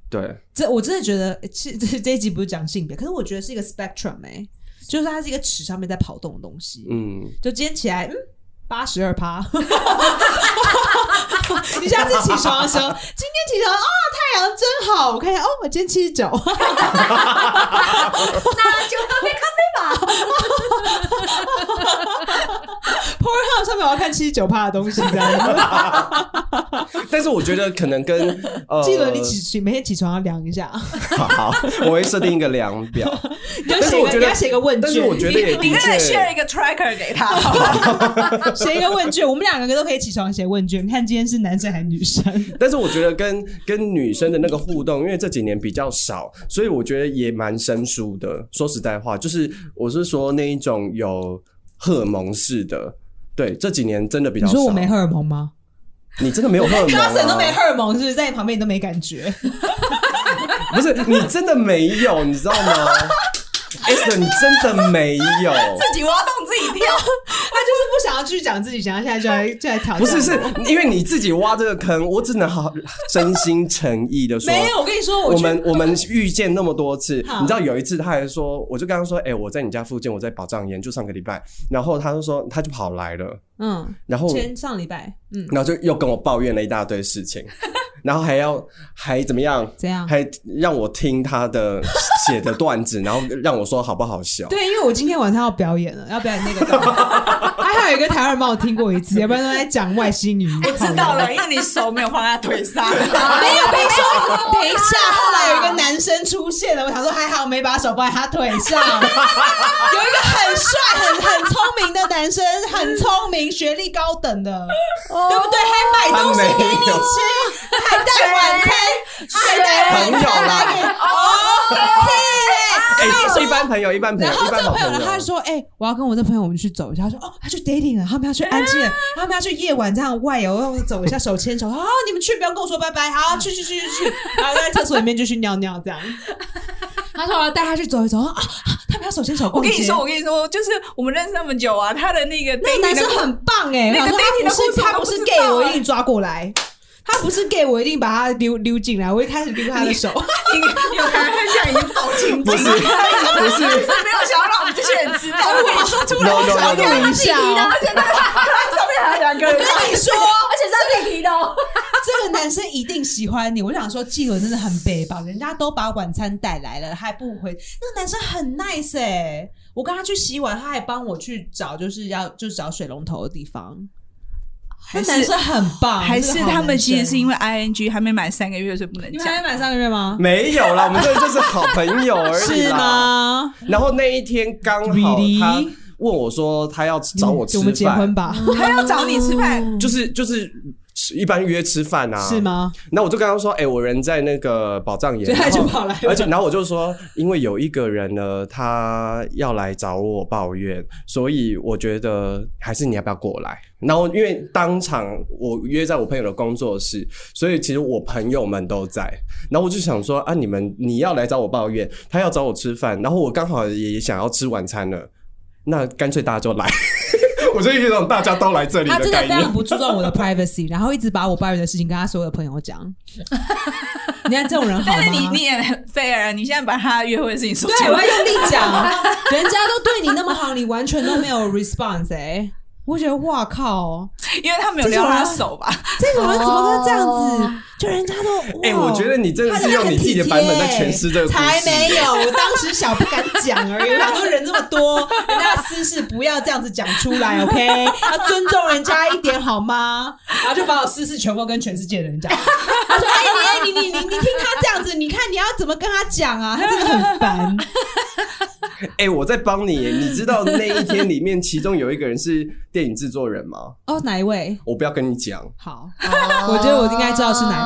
Speaker 2: 对，
Speaker 1: 这我真的觉得，其这这一集不是讲性别，可是我觉得是一个 spectrum 哎、就是它是一个尺上面在跑动的东西。
Speaker 2: 嗯，
Speaker 1: 就今天起来，嗯，八十二趴。 你下次起床的时候，今天起床啊、太阳真好。我看一下，哦，我今天七十九，
Speaker 4: 那啊就喝杯咖啡。
Speaker 1: Pornhub 上面我要看七十九趴的东西，这样子。
Speaker 2: 但是我觉得可 能跟呃，
Speaker 1: 记得你起起每天起床要量一下，
Speaker 2: 好，我会设定一个量表，
Speaker 1: 你就
Speaker 2: 但是
Speaker 1: 写一
Speaker 2: 我
Speaker 1: 个，
Speaker 2: 觉
Speaker 1: 你
Speaker 2: 得
Speaker 1: 要写个问
Speaker 2: 但是我
Speaker 1: 卷，
Speaker 2: 觉得也
Speaker 3: 你
Speaker 2: 的
Speaker 3: 刚才 share
Speaker 2: 确，
Speaker 3: 一个 tracker 给他， 好不好
Speaker 1: 写一个问卷。我们两个都可以起床写问卷，你看今天是男生还是女生？
Speaker 2: 但是我觉得跟跟女生的那个互动，因为这几年比较少，所以我觉得也蛮生疏的。说实在话，就是我是说那一种有荷尔蒙式的，对，这几年真的比
Speaker 1: 你
Speaker 2: 较少。
Speaker 1: 说我没荷尔蒙吗
Speaker 2: 你真的没有荷尔蒙、啊，
Speaker 1: ？Carson 都没荷尔蒙，是不是在你旁边你都没感觉？
Speaker 2: 不是你真的没有，你知道吗？Esther，你真的没有，
Speaker 3: 自己挖洞自己跳。
Speaker 1: 他就是不想要继续讲自己，想要现在就来就来挑战。
Speaker 2: 不是是因为你自己挖这个坑，我只能好真心诚意的说。
Speaker 1: 没有，我跟你说，
Speaker 2: 我
Speaker 1: 觉得
Speaker 2: 们我们遇见那么多次，
Speaker 1: 好
Speaker 2: 你知道有一次他还说，我就跟他说，哎、我在你家附近，我在宝藏岩，就上个礼拜，然后他就说他就跑来了，
Speaker 1: 嗯，
Speaker 2: 然后
Speaker 1: 前上礼拜，嗯，
Speaker 2: 然后就又跟我抱怨了一大堆事情，然后还要还怎么样？
Speaker 1: 怎样
Speaker 2: 还让我听他的写的段子， 然后让我说好不好笑？
Speaker 1: 对，因为我今天晚上要表演了，要表演那 个段子。还好有一个台湾人帮我听过一次，要不然都在讲外星女巫。
Speaker 3: 我知道了，因为你手没有放在腿上。
Speaker 1: 没有，被说等一下，后来有一个男生出现了，我想说还好没把手放在他腿 上。有一个很帅、很很聪明的男生，很聪明，学历高等的，
Speaker 2: 哦
Speaker 1: 对不对？还买东西给你吃，还带晚餐，还带晚
Speaker 2: 朋友
Speaker 1: 餐来给
Speaker 2: 啦，
Speaker 1: 哦，
Speaker 2: 哎，一般朋友，一般朋
Speaker 1: 然
Speaker 2: 友，
Speaker 1: 后
Speaker 2: 一
Speaker 1: 这
Speaker 2: 般
Speaker 1: 个
Speaker 2: 好
Speaker 1: 朋友
Speaker 2: 朋
Speaker 1: 呢，他就说：“哎、我要跟我这朋友我们去走一下。”他说：“哦，他去 dating 了，他们要去安
Speaker 3: 啊
Speaker 1: 静了，他们要去夜晚这样外游，要走一下手牵手。 好，你们去，不要跟我说拜拜， 好，去去去去去。”然后在厕所里面就去尿尿这样。他说：“我要带他去走一 走。”啊，他们要手牵手
Speaker 3: 我
Speaker 1: 逛街。
Speaker 3: 跟你说，我跟你说，就是我们认识那么久啊，他的那个
Speaker 1: 那个
Speaker 3: dating
Speaker 1: 男生
Speaker 3: 的
Speaker 1: 很棒哎、
Speaker 3: 那个
Speaker 1: 我想说
Speaker 3: dating 的故事
Speaker 1: 他
Speaker 3: 我
Speaker 1: 不是他
Speaker 3: 都不
Speaker 1: 不是
Speaker 3: 知
Speaker 1: gay，
Speaker 3: 道
Speaker 1: 我一
Speaker 3: 哎
Speaker 1: 定抓过来。他不是 gay，我一定把他溜溜进来。我一开始溜他的 手，
Speaker 3: 你你有看他现在已经走进
Speaker 2: 不
Speaker 3: 不
Speaker 2: 是
Speaker 3: 是
Speaker 2: 不是
Speaker 3: 没有想要让我们这些人知道。如果你说出来，
Speaker 2: No, no,
Speaker 3: 我想
Speaker 2: no,
Speaker 3: 要
Speaker 2: no.
Speaker 1: 录一下哦、
Speaker 4: 而且那个
Speaker 3: 上面还有 两个人。
Speaker 1: 跟你说，
Speaker 4: 而且是立体的哦，
Speaker 1: 这个男生一定喜欢你。我就想说，纪伦真的很北吧，人家都把晚餐带来了，还不回。那个男生很 nice 哎、我跟他去洗碗，他还帮我去找，就是要就是找水龙头的地方。那
Speaker 3: 还
Speaker 1: 男
Speaker 3: 是
Speaker 1: 生很棒，
Speaker 3: 还是他们其实是因
Speaker 1: 为
Speaker 3: 为 ing 还没满三个月，所以不能
Speaker 1: 你们还
Speaker 3: 讲。
Speaker 1: 没满三个月吗？
Speaker 2: 没有啦，我们这就是好朋友而已
Speaker 1: 是
Speaker 2: 啦？
Speaker 1: 吗？
Speaker 2: 然后那一天刚好
Speaker 1: Really？嗯
Speaker 2: 他问我说他要找我吃
Speaker 1: 我们结
Speaker 2: 饭
Speaker 1: 婚，吧？
Speaker 3: 他要找你吃饭，
Speaker 2: 就是就是一般约吃饭啊，
Speaker 1: 嗯是？吗？
Speaker 3: 嗯
Speaker 2: 那我就跟他说，哎、我人在那个宝藏岩，
Speaker 1: 所以他
Speaker 2: 然后
Speaker 1: 就跑来了
Speaker 2: 而且然后我就说，因为有一个人呢，他要来找我抱怨，所以我觉得还是你要不要过来？然后因为当场我约在我朋友的工作室，所以其实我朋友们都在。然后我就想说啊，你们你要来找我抱怨，他要找我吃饭，然后我刚好也想要吃晚餐了，那干脆大家就来。 我就有一种大家都来这里
Speaker 1: 他
Speaker 2: 的
Speaker 1: 真的非
Speaker 2: 概念
Speaker 1: 常。不注重我的 privacy，然后一直把我抱怨的事情跟他所有的朋友讲。 你看这种人好吗？
Speaker 3: 但是你你也很 fair 啊，你现在把他约会的事情说
Speaker 1: 对，我
Speaker 3: 出来
Speaker 1: 会，用力讲， 人家都对你那么好，你完全都没有 response 哎、我觉得哇靠，
Speaker 3: 因为他没有撩他手吧？
Speaker 1: 这种人怎么会这样子？
Speaker 4: 哦
Speaker 1: 就人家都
Speaker 2: 哎、
Speaker 1: 哇
Speaker 2: 我觉得你真的
Speaker 1: 他
Speaker 2: 是
Speaker 1: 真
Speaker 2: 用
Speaker 1: 很
Speaker 2: 你自己的
Speaker 1: 体
Speaker 2: 版本在
Speaker 1: 贴
Speaker 2: 诠释这个故事。
Speaker 1: 才没有，我当时想不敢讲而已。我想说人这么多，人家的私事不要这样子讲出来，OK？要尊重人家一点好吗？然后就把我私事全部跟全世界的人讲。他说：“哎、你哎、你你你你听他这样子，你看你要怎么跟他讲啊？他真的很烦。
Speaker 2: 哎、我在帮你耶，你知道那一天里面，其中有一个人是电影制作人吗？
Speaker 1: 哦，哪一位？
Speaker 2: 我不要跟你讲
Speaker 1: 好， 我觉得我应该知道是哪
Speaker 4: 位。
Speaker 2: 啊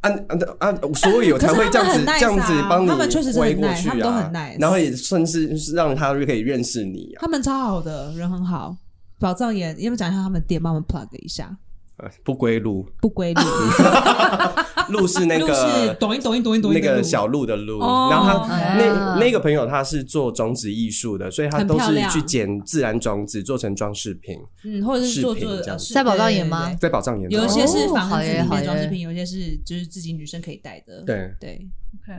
Speaker 2: 啊啊！所以有才会这样
Speaker 1: 可
Speaker 2: 子、
Speaker 1: 是他们很 nice 啊
Speaker 2: 这样子帮你
Speaker 1: 他们确实是很
Speaker 2: 围过
Speaker 1: nice，
Speaker 2: 去
Speaker 1: 他们都很
Speaker 2: 啊
Speaker 1: nice，
Speaker 2: 然后也算是让他可以认识你啊。
Speaker 1: 他们超好的，人很好。宝藏岩，要不要讲一下他们店，帮我们 plug 一下？
Speaker 2: 呃不归路，
Speaker 1: 不归路，
Speaker 2: 啊路是 那
Speaker 1: 路是
Speaker 2: 个
Speaker 1: 抖音抖音抖音抖音
Speaker 2: 那
Speaker 1: 的
Speaker 2: 个
Speaker 1: 路
Speaker 2: 小路的路。
Speaker 3: 哦
Speaker 2: 然后他
Speaker 4: 啊
Speaker 2: 那那个朋友他是做装置艺术的，所以他
Speaker 1: 很
Speaker 2: 都
Speaker 1: 漂
Speaker 2: 是
Speaker 1: 亮
Speaker 2: 去捡自然种子做成装饰品，
Speaker 1: 嗯，或者是做
Speaker 2: 饰品
Speaker 1: 做
Speaker 2: 这样
Speaker 1: 呃
Speaker 2: 子
Speaker 1: 是
Speaker 4: 在宝藏
Speaker 1: 对
Speaker 4: 岩
Speaker 1: 对
Speaker 4: 吗
Speaker 1: 对
Speaker 2: 在宝藏岩
Speaker 1: 有一些是
Speaker 4: 哦
Speaker 1: 房
Speaker 4: 好
Speaker 1: 子里
Speaker 4: 耶
Speaker 1: 面
Speaker 4: 好
Speaker 1: 的
Speaker 4: 耶
Speaker 1: 装饰品，有一些是就是自己女生可以戴的。
Speaker 2: 对
Speaker 1: 对，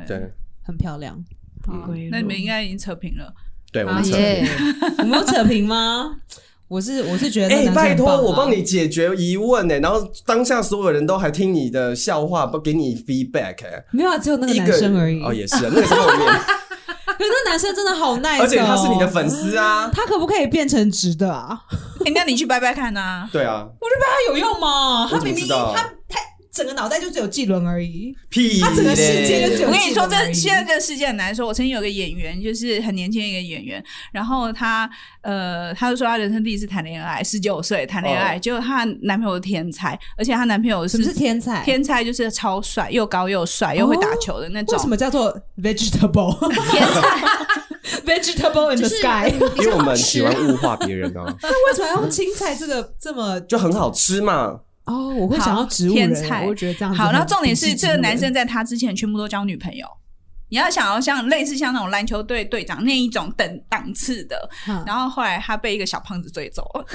Speaker 2: 对
Speaker 1: 很漂亮。
Speaker 2: 嗯
Speaker 3: 那你 们应该已经扯平了。
Speaker 2: 对，我
Speaker 1: 啊
Speaker 2: 们扯
Speaker 4: 耶，
Speaker 1: 我们有扯平吗？我是我是觉得
Speaker 2: 哎、
Speaker 1: 那男生
Speaker 2: 拜
Speaker 1: 很
Speaker 2: 托，
Speaker 1: 棒啊
Speaker 2: 我帮你解决疑问呢、然后当下所有人都还听你的笑话，不给你 feedback 哎、
Speaker 1: 没有啊，只有那个
Speaker 2: 一
Speaker 1: 男
Speaker 2: 个
Speaker 1: 生而已。
Speaker 2: 哦，也是、啊，那个是 后面，
Speaker 1: 可是那男生真的好 nice，
Speaker 2: 而且他
Speaker 1: 哦
Speaker 2: 是你的，粉丝啊，
Speaker 1: 他可不可以变成直的啊？
Speaker 3: 哎，那你去拜拜看呐。
Speaker 2: 对啊，
Speaker 1: 他有用吗？
Speaker 2: 我
Speaker 1: 他
Speaker 2: 怎么
Speaker 1: 明
Speaker 2: 知
Speaker 1: 明
Speaker 2: 道啊
Speaker 1: 他他整个脑袋就只有纪伦而已。
Speaker 2: 屁嘞，
Speaker 1: 他整个世界 就只有
Speaker 3: 我跟你说，这现在这个事件很难说。我曾经有个演员，就是很年轻的一个演员，然后她呃，她就说她人生第一次谈恋爱，十九岁谈恋爱，
Speaker 2: 哦
Speaker 3: 结果她男朋友是天才，而且她男朋友
Speaker 1: 什
Speaker 3: 是
Speaker 1: 么是天才？哦
Speaker 3: 天才，就是超帅，又高又帅，又会打球的那种。
Speaker 1: 为什么叫做 vegetable？天才 vegetable in the
Speaker 4: 就是
Speaker 1: sky？
Speaker 2: 因为我们喜欢物化别 人啊，
Speaker 1: 那为什么要用青菜这个这么
Speaker 2: 就很好吃嘛，
Speaker 1: 哦，我会想要植物
Speaker 3: 天
Speaker 1: 人，
Speaker 3: 才
Speaker 1: 我会觉得这样子
Speaker 3: 好，
Speaker 1: 很
Speaker 3: 然后重点是
Speaker 1: 很
Speaker 3: 这个男
Speaker 1: 植物人
Speaker 3: 生在他之前全部都交女朋友。你要想要像类似像那种篮球队队长那一种等档次的，
Speaker 1: 嗯
Speaker 3: 然后后来他被一个小胖子追走了，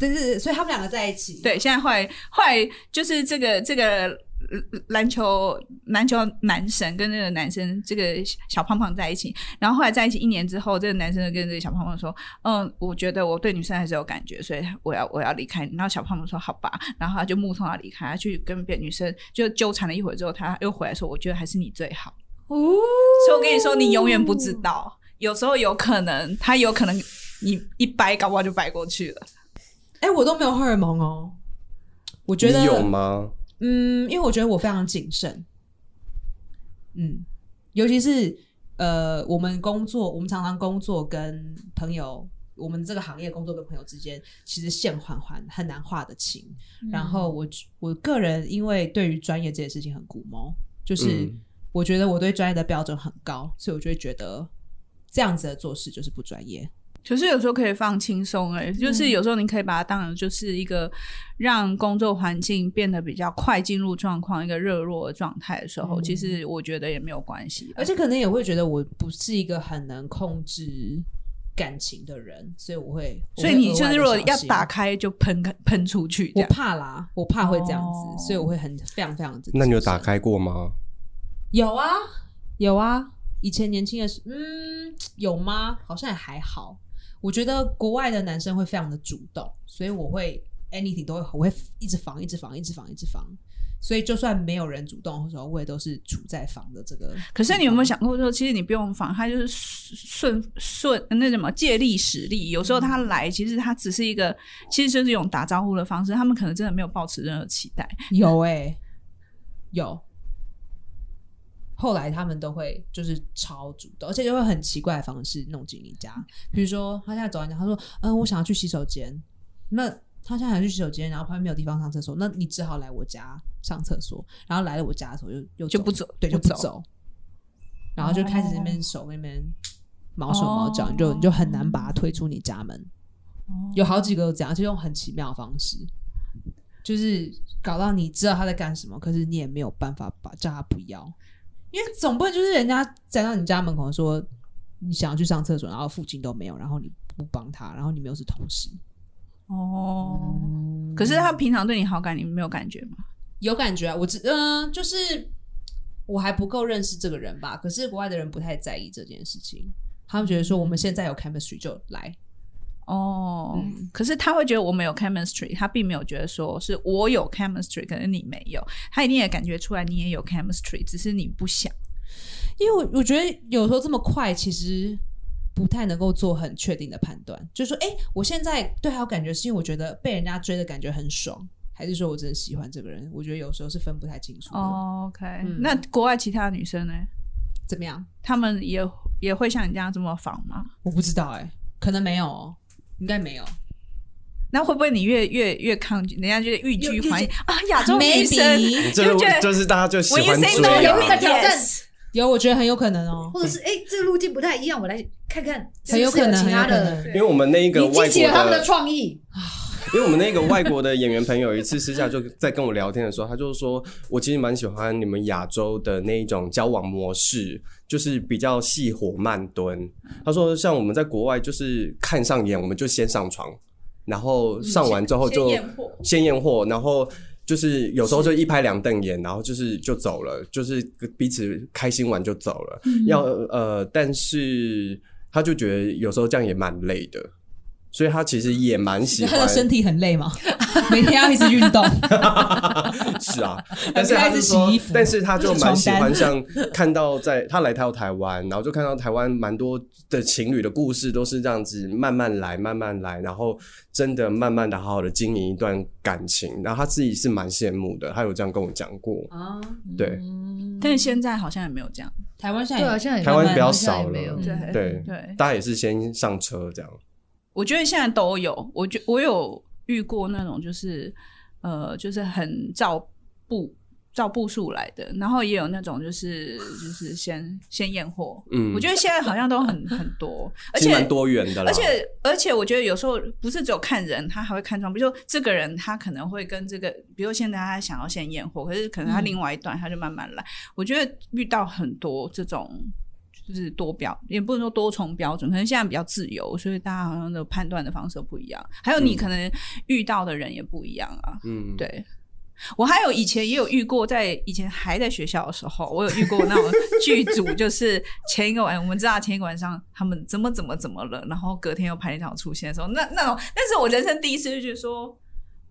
Speaker 1: 对对对，所以他们两个在一起。，
Speaker 3: 对，现在后来后来就是这个这个呃篮球篮球男神跟这个男生这个小胖胖在一起，然后后来在一起一年之后，这个男生就跟这个小胖胖说：“嗯，我觉得我对女生还是有感觉，所以我要我要离开你。”然后小胖胖说：“好吧。”然后他就目送他离开，他去跟别的女生就纠缠了一会儿之后，他又回来说：“我觉得还是你最好。”
Speaker 4: 哦，
Speaker 3: 所以我跟你说，你永远不知道，有时候有可能他有可能你一掰，搞不好就掰过去了。
Speaker 1: 哎，我都没有荷尔蒙哦。我觉得
Speaker 2: 你有吗？
Speaker 1: 嗯，因为我觉得我非常谨慎，嗯，尤其是呃，我们工作，我们常常工作跟朋友，我们这个行业工作跟朋友之间，其实线缓缓很难画的清。
Speaker 4: 嗯
Speaker 1: 然后我我个人因为对于专业这件事情很古毛，就是
Speaker 2: 嗯
Speaker 1: 我觉得我对专业的标准很高，所以我就会觉得这样子的做事就是不专业。
Speaker 3: 可是有时候可以放轻松
Speaker 1: 嗯
Speaker 3: 哎，就是有时候你可以把它当成就是一个让工作环境变得比较快进入状况、一个热络的状态的时候，
Speaker 1: 嗯
Speaker 3: 其实我觉得也没有关系吧。
Speaker 1: 而且可能也会觉得我不是一个很能控制感情的人，所以我会，我
Speaker 3: 所以
Speaker 1: 会
Speaker 3: 你
Speaker 1: 额
Speaker 3: 就
Speaker 1: 外
Speaker 3: 是
Speaker 1: 地
Speaker 3: 如果
Speaker 1: 小
Speaker 3: 要
Speaker 1: 心
Speaker 3: 打开就喷喷出去这
Speaker 1: 我
Speaker 3: 样，
Speaker 1: 怕啦，我怕会这样子，
Speaker 3: 哦
Speaker 1: 所以我会很非常非常的。
Speaker 2: 那你有打？开过吗？
Speaker 1: 有啊，有啊。以前年轻的时，嗯，有吗？好像也还好。我觉得国外的男生会非常的主动，所以我会 anything 都会，我会一直防，一直防，一直防，一直防。所以就算没有人主动的时候，我也都是处在防的这个。
Speaker 3: 可是你有没有？想过说，其实你不用防，他就是顺顺呃那什么借力使力。有时候他来，其实他只是一个，其实就是一种打招呼的方式。他们可能真的没有抱持任何期待。
Speaker 1: 有哎、有。后来他们都会就是超主动，而且就会很奇怪的方式弄进你家。比如说，他现在走完家，他说：“嗯，我想要去洗手间。”那他现在想去洗手间，然后旁边没有地方上厕所，那你只好来我家上厕所。然后来了我家的时候，又又
Speaker 3: 就不
Speaker 1: 走
Speaker 3: 走，
Speaker 1: 对，就
Speaker 3: 不
Speaker 1: 不
Speaker 3: 走
Speaker 1: 走。然后就开始那边手那边毛手毛脚，
Speaker 3: 哦
Speaker 1: 你就你就很难把他推出你家门。有好几个这样，就用很奇妙的方式，就是搞到你知道他在干什么，可是你也没有办法把叫他不要，因为总不能就是人家站到你家门口说你想要去上厕所，然后附近都没有，然后你不帮他，然后你们又是同事，
Speaker 3: 哦，可是他平常对你好感，你没有感觉吗？
Speaker 1: 有感觉啊？我只嗯、就是我还不够认识这个人吧，可是国外的人不太在意这件事情，他们觉得说我们现在有 chemistry 就来，
Speaker 3: 哦，
Speaker 1: 嗯
Speaker 3: 可是他会觉得我们有 chemistry，他并没有觉得说是我有 chemistry，可是你没有，他一定也感觉出来你也有 chemistry，只是你不想。
Speaker 1: 因为我我觉得有时候这么快，其实不太能够做很确定的判断。就是说，哎、我现在对他有感觉，是因为我觉得被人家追的感觉很爽，还是说我真的喜欢这个人？我觉得有时候是分不太清楚的。
Speaker 3: 哦，OK，、
Speaker 1: 嗯
Speaker 3: 那国外其他女生呢？
Speaker 1: 怎么样？
Speaker 3: 他们也也会像你这样这么防吗？
Speaker 1: 我不知道、哎，可能没有哦，应该没有。
Speaker 3: 那会不会你越越越抗拒，人家就欲拒还迎啊？亚洲女生
Speaker 1: maybe
Speaker 2: 你这
Speaker 3: 就觉
Speaker 2: 个
Speaker 3: 得
Speaker 2: 就是大家就喜欢
Speaker 3: When you say
Speaker 2: 追
Speaker 3: no,
Speaker 2: 啊，
Speaker 4: 有一个挑战
Speaker 3: Yes
Speaker 1: 有，我觉得很有可能哦，
Speaker 4: 或者是哎、这个路径不太一样，我来看看是
Speaker 1: 很有
Speaker 4: 不是
Speaker 1: 可能，
Speaker 4: 其
Speaker 1: 很有
Speaker 4: 他
Speaker 1: 可
Speaker 4: 的。
Speaker 1: 能。
Speaker 2: 因为我们那一个
Speaker 4: 你激
Speaker 2: 外
Speaker 4: 起
Speaker 2: 国
Speaker 4: 了他们
Speaker 2: 的
Speaker 4: 的创意，
Speaker 2: 因为我们那个外国的演员朋友，一次私下就在跟我聊天的时候，他就说，我其实蛮喜欢你们亚洲的那一种交往模式，就是比较细火慢蹲。他说，像我们在国外就是看上眼，我们就先上床，然后上完之后就
Speaker 3: 先验货
Speaker 2: 先验货，然后。就是有时候就一拍两瞪眼，然后就是就走了，就是彼此开心完就走了。
Speaker 1: 嗯
Speaker 2: 要呃，但是他就觉得有时候这样也蛮累的，所以他其实也蛮喜
Speaker 1: 他
Speaker 2: 欢
Speaker 1: 的身体很累嘛，每天要一直运动，
Speaker 2: 是啊，但是
Speaker 1: 还不该
Speaker 2: 他就
Speaker 1: 一直
Speaker 2: 说
Speaker 1: 洗衣服，
Speaker 2: 但是他就蛮喜
Speaker 1: 床
Speaker 2: 欢
Speaker 1: 单
Speaker 2: 像看到在他来到台湾，然后就看到台湾蛮多的情侣的故事都是这样子慢慢来，慢慢来，然后真的慢慢的好好的经营一段感情，然后他自己是蛮羡慕的，他有这样跟我讲过，
Speaker 4: 啊，
Speaker 2: 对
Speaker 3: 但是现在好像也没有这样。
Speaker 1: 台湾现
Speaker 4: 嗯对
Speaker 1: 在
Speaker 4: 啊，
Speaker 1: 也
Speaker 4: 现在也
Speaker 2: 台湾
Speaker 4: 慢慢
Speaker 2: 比较
Speaker 4: 好像也
Speaker 2: 少了
Speaker 4: 没有啊
Speaker 1: 嗯
Speaker 3: 对
Speaker 2: 对
Speaker 3: 对，
Speaker 2: 大家也是先上车这样，
Speaker 3: 我觉得现在都有，我觉我有遇过那种就是呃，就是很照步照步数来的，然后也有那种就是就是先先验货。
Speaker 2: 嗯，
Speaker 3: 我觉得现在好像都很很 多，而
Speaker 2: 其实
Speaker 3: 且
Speaker 2: 蛮多元的啦，
Speaker 3: 而且而且，我觉得有时候不是只有看人，他还会看状况。比如说，这个人他可能会跟这个，比如说现在他想要先验货，可是可能他
Speaker 1: 嗯
Speaker 3: 另外一段他就慢慢来。我觉得遇到很多这种就是多标，也不能说多重标准，可能现在比较自由，所以大家好像的判断的方式都不一样，还有你可能遇到的人也不一样啊。
Speaker 2: 嗯，
Speaker 3: 对，我还有以前也有遇过，在以前还在学校的时候，我有遇过那种剧组，就是前一个晚，我们知道前一个晚上他们怎么怎么怎么了，然后隔天又排练场出现的时候，那那种，但是我人生第一次就觉得说。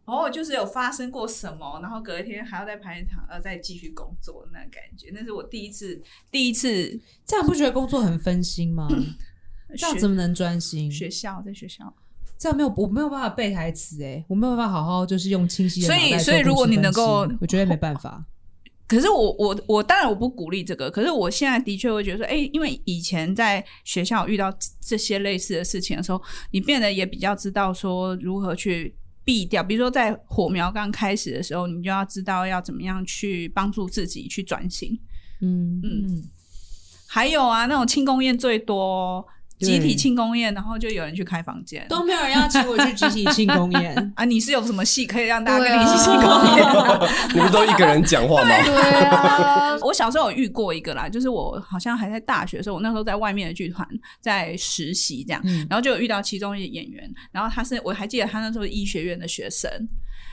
Speaker 3: 哦，就是有发生过什么，然后隔天还要在排练场，呃，再继续工作那感觉，那是我第一次，第一次
Speaker 5: 这样不觉得工作很分心吗？这样
Speaker 3: 学
Speaker 5: 怎么能专心？
Speaker 3: 学校在学校，
Speaker 5: 这样没有，我没有办法背台词，哎，我没有办法好好就是用清晰的
Speaker 3: 所
Speaker 5: 脑
Speaker 3: 以
Speaker 5: 袋做
Speaker 3: 所以如果
Speaker 5: 故事
Speaker 3: 你能
Speaker 5: 分析
Speaker 3: 够
Speaker 5: 我觉得没办法。
Speaker 3: 可是我我我当然我不鼓励这个，可是我现在的确会觉得说，哎、因为以前在学校遇到这这些类似的事情的时候，你变得也比较知道说如何去避掉，比如说在火苗刚开始的时候，你就要知道要怎么样去帮助自己去转型。
Speaker 5: 嗯
Speaker 3: 嗯，还有啊，那种庆功宴最多哦
Speaker 5: 对
Speaker 3: 集体庆功宴，然后就有人去开房间。，
Speaker 5: 都没有人要请我去集体庆功宴
Speaker 3: 啊，你是有什么戏可以让大家跟你一
Speaker 4: 对啊
Speaker 3: 起庆功宴？
Speaker 2: 你不都一个人讲话吗？
Speaker 4: 对啊，
Speaker 3: 我小时候有遇过一个啦，就是我好像还在大学的时候，我那时候在外面的剧团在实习这样，
Speaker 5: 嗯
Speaker 3: 然后就有遇到其中一个演员，然后他是我还记得他那时候是医学院的学生。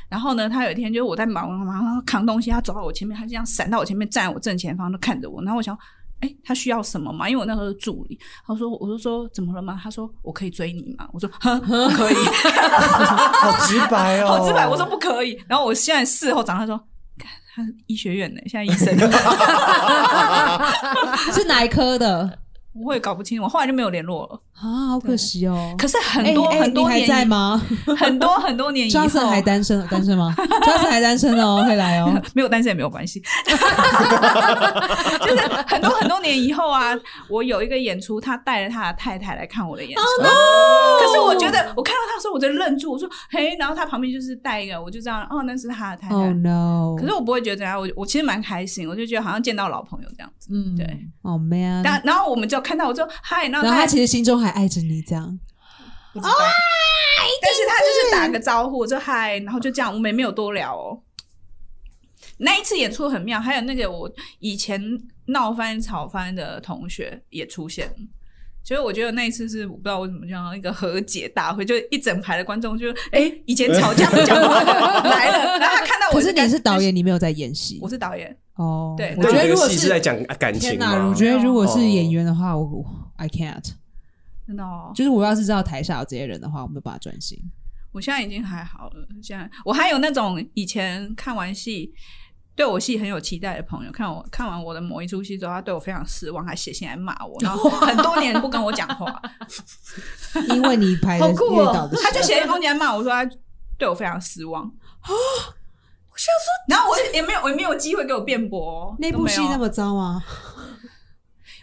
Speaker 3: 然后呢，他有一天就是我在忙忙忙扛东西，他走到我前面，他这样闪到我前面，站在我正前方，就看着我。然后我想，哎，他需要什么吗？因为我那时候是助理。他说，我就说怎么了吗？他说我可以追你吗？我说呵不可以，
Speaker 2: 好直白哦，
Speaker 3: 好直白，我说不可以。然后我现在事后长大说，干他是医学院的，现在医生。
Speaker 5: 是哪一科的
Speaker 3: 我也搞不清，我后来就没有联络了。
Speaker 5: 啊？好可惜哦。
Speaker 3: 可是很多、
Speaker 5: 哎哎
Speaker 3: 很多
Speaker 5: 你还
Speaker 3: 年
Speaker 5: 在
Speaker 3: 以
Speaker 5: 吗
Speaker 3: 很多很多年以后，
Speaker 5: ？Johnson 还单身，单身吗？Johnson 还单身 哦，会来哦。
Speaker 3: 没有单身也没有关系， 就是很多很多年以后啊，我有一个演出，他带着他的太太来看我的演出。
Speaker 5: Oh
Speaker 3: 可是我觉得，我看到他的时候，我就愣住，我说：“嘿。”然后他旁边就是带一个，我就知道，哦，那是他的太太。
Speaker 5: Oh no！
Speaker 3: 可是我不会觉得怎样，我我其实蛮开心，我就觉得好像见到老朋友这样子。
Speaker 5: 嗯
Speaker 3: 对，
Speaker 5: ，Oh man！
Speaker 3: 但然后我们就看到，我就嗨，然后
Speaker 5: 然后他
Speaker 3: 他
Speaker 5: 其实心中还爱着你，这样
Speaker 3: 不知道。但是他就是打个招呼，我就嗨，然后就这样，我们也没有多聊哦。那一次演出很妙，还有那个我以前闹翻吵翻的同学也出现了，所以我觉得那一次是我不知道为什么叫一个和解大会，就一整排的观众就哎、诶以前吵架不讲话的来了，然后他看到我，
Speaker 5: 可是你是导，演，你没有在演戏
Speaker 3: 我是导演，
Speaker 5: 哦。
Speaker 3: 对
Speaker 5: 我觉
Speaker 2: 那你
Speaker 5: 得
Speaker 2: 这
Speaker 5: 如
Speaker 2: 个
Speaker 5: 果
Speaker 2: 戏是在
Speaker 5: 是
Speaker 2: 讲感
Speaker 5: 天
Speaker 2: 情
Speaker 5: 哪，
Speaker 2: 吗
Speaker 5: 我？觉得如果
Speaker 2: 哦
Speaker 5: 是演员的话，我我 I can't，
Speaker 3: 真的哦。
Speaker 5: 就是我要是知道台下有这些人的话，我没有办法专心。
Speaker 3: 我现在已经还好了。现在我还有那种以前看完戏对我戏很有期待的朋友，看我看完我的某一出戏之后，他对我非常失望，还写信来骂我，然后很多年不跟我讲话，
Speaker 5: 因为你排的
Speaker 4: 好酷哦
Speaker 5: 月岛 的戏，
Speaker 3: 他就写一封来骂我说他对我非常失望啊。我想说， 然后我也没有，我也没有机会给我辩驳哦、
Speaker 5: 那
Speaker 3: 都
Speaker 5: 部
Speaker 3: 没
Speaker 5: 戏
Speaker 3: 有
Speaker 5: 那么糟啊吗？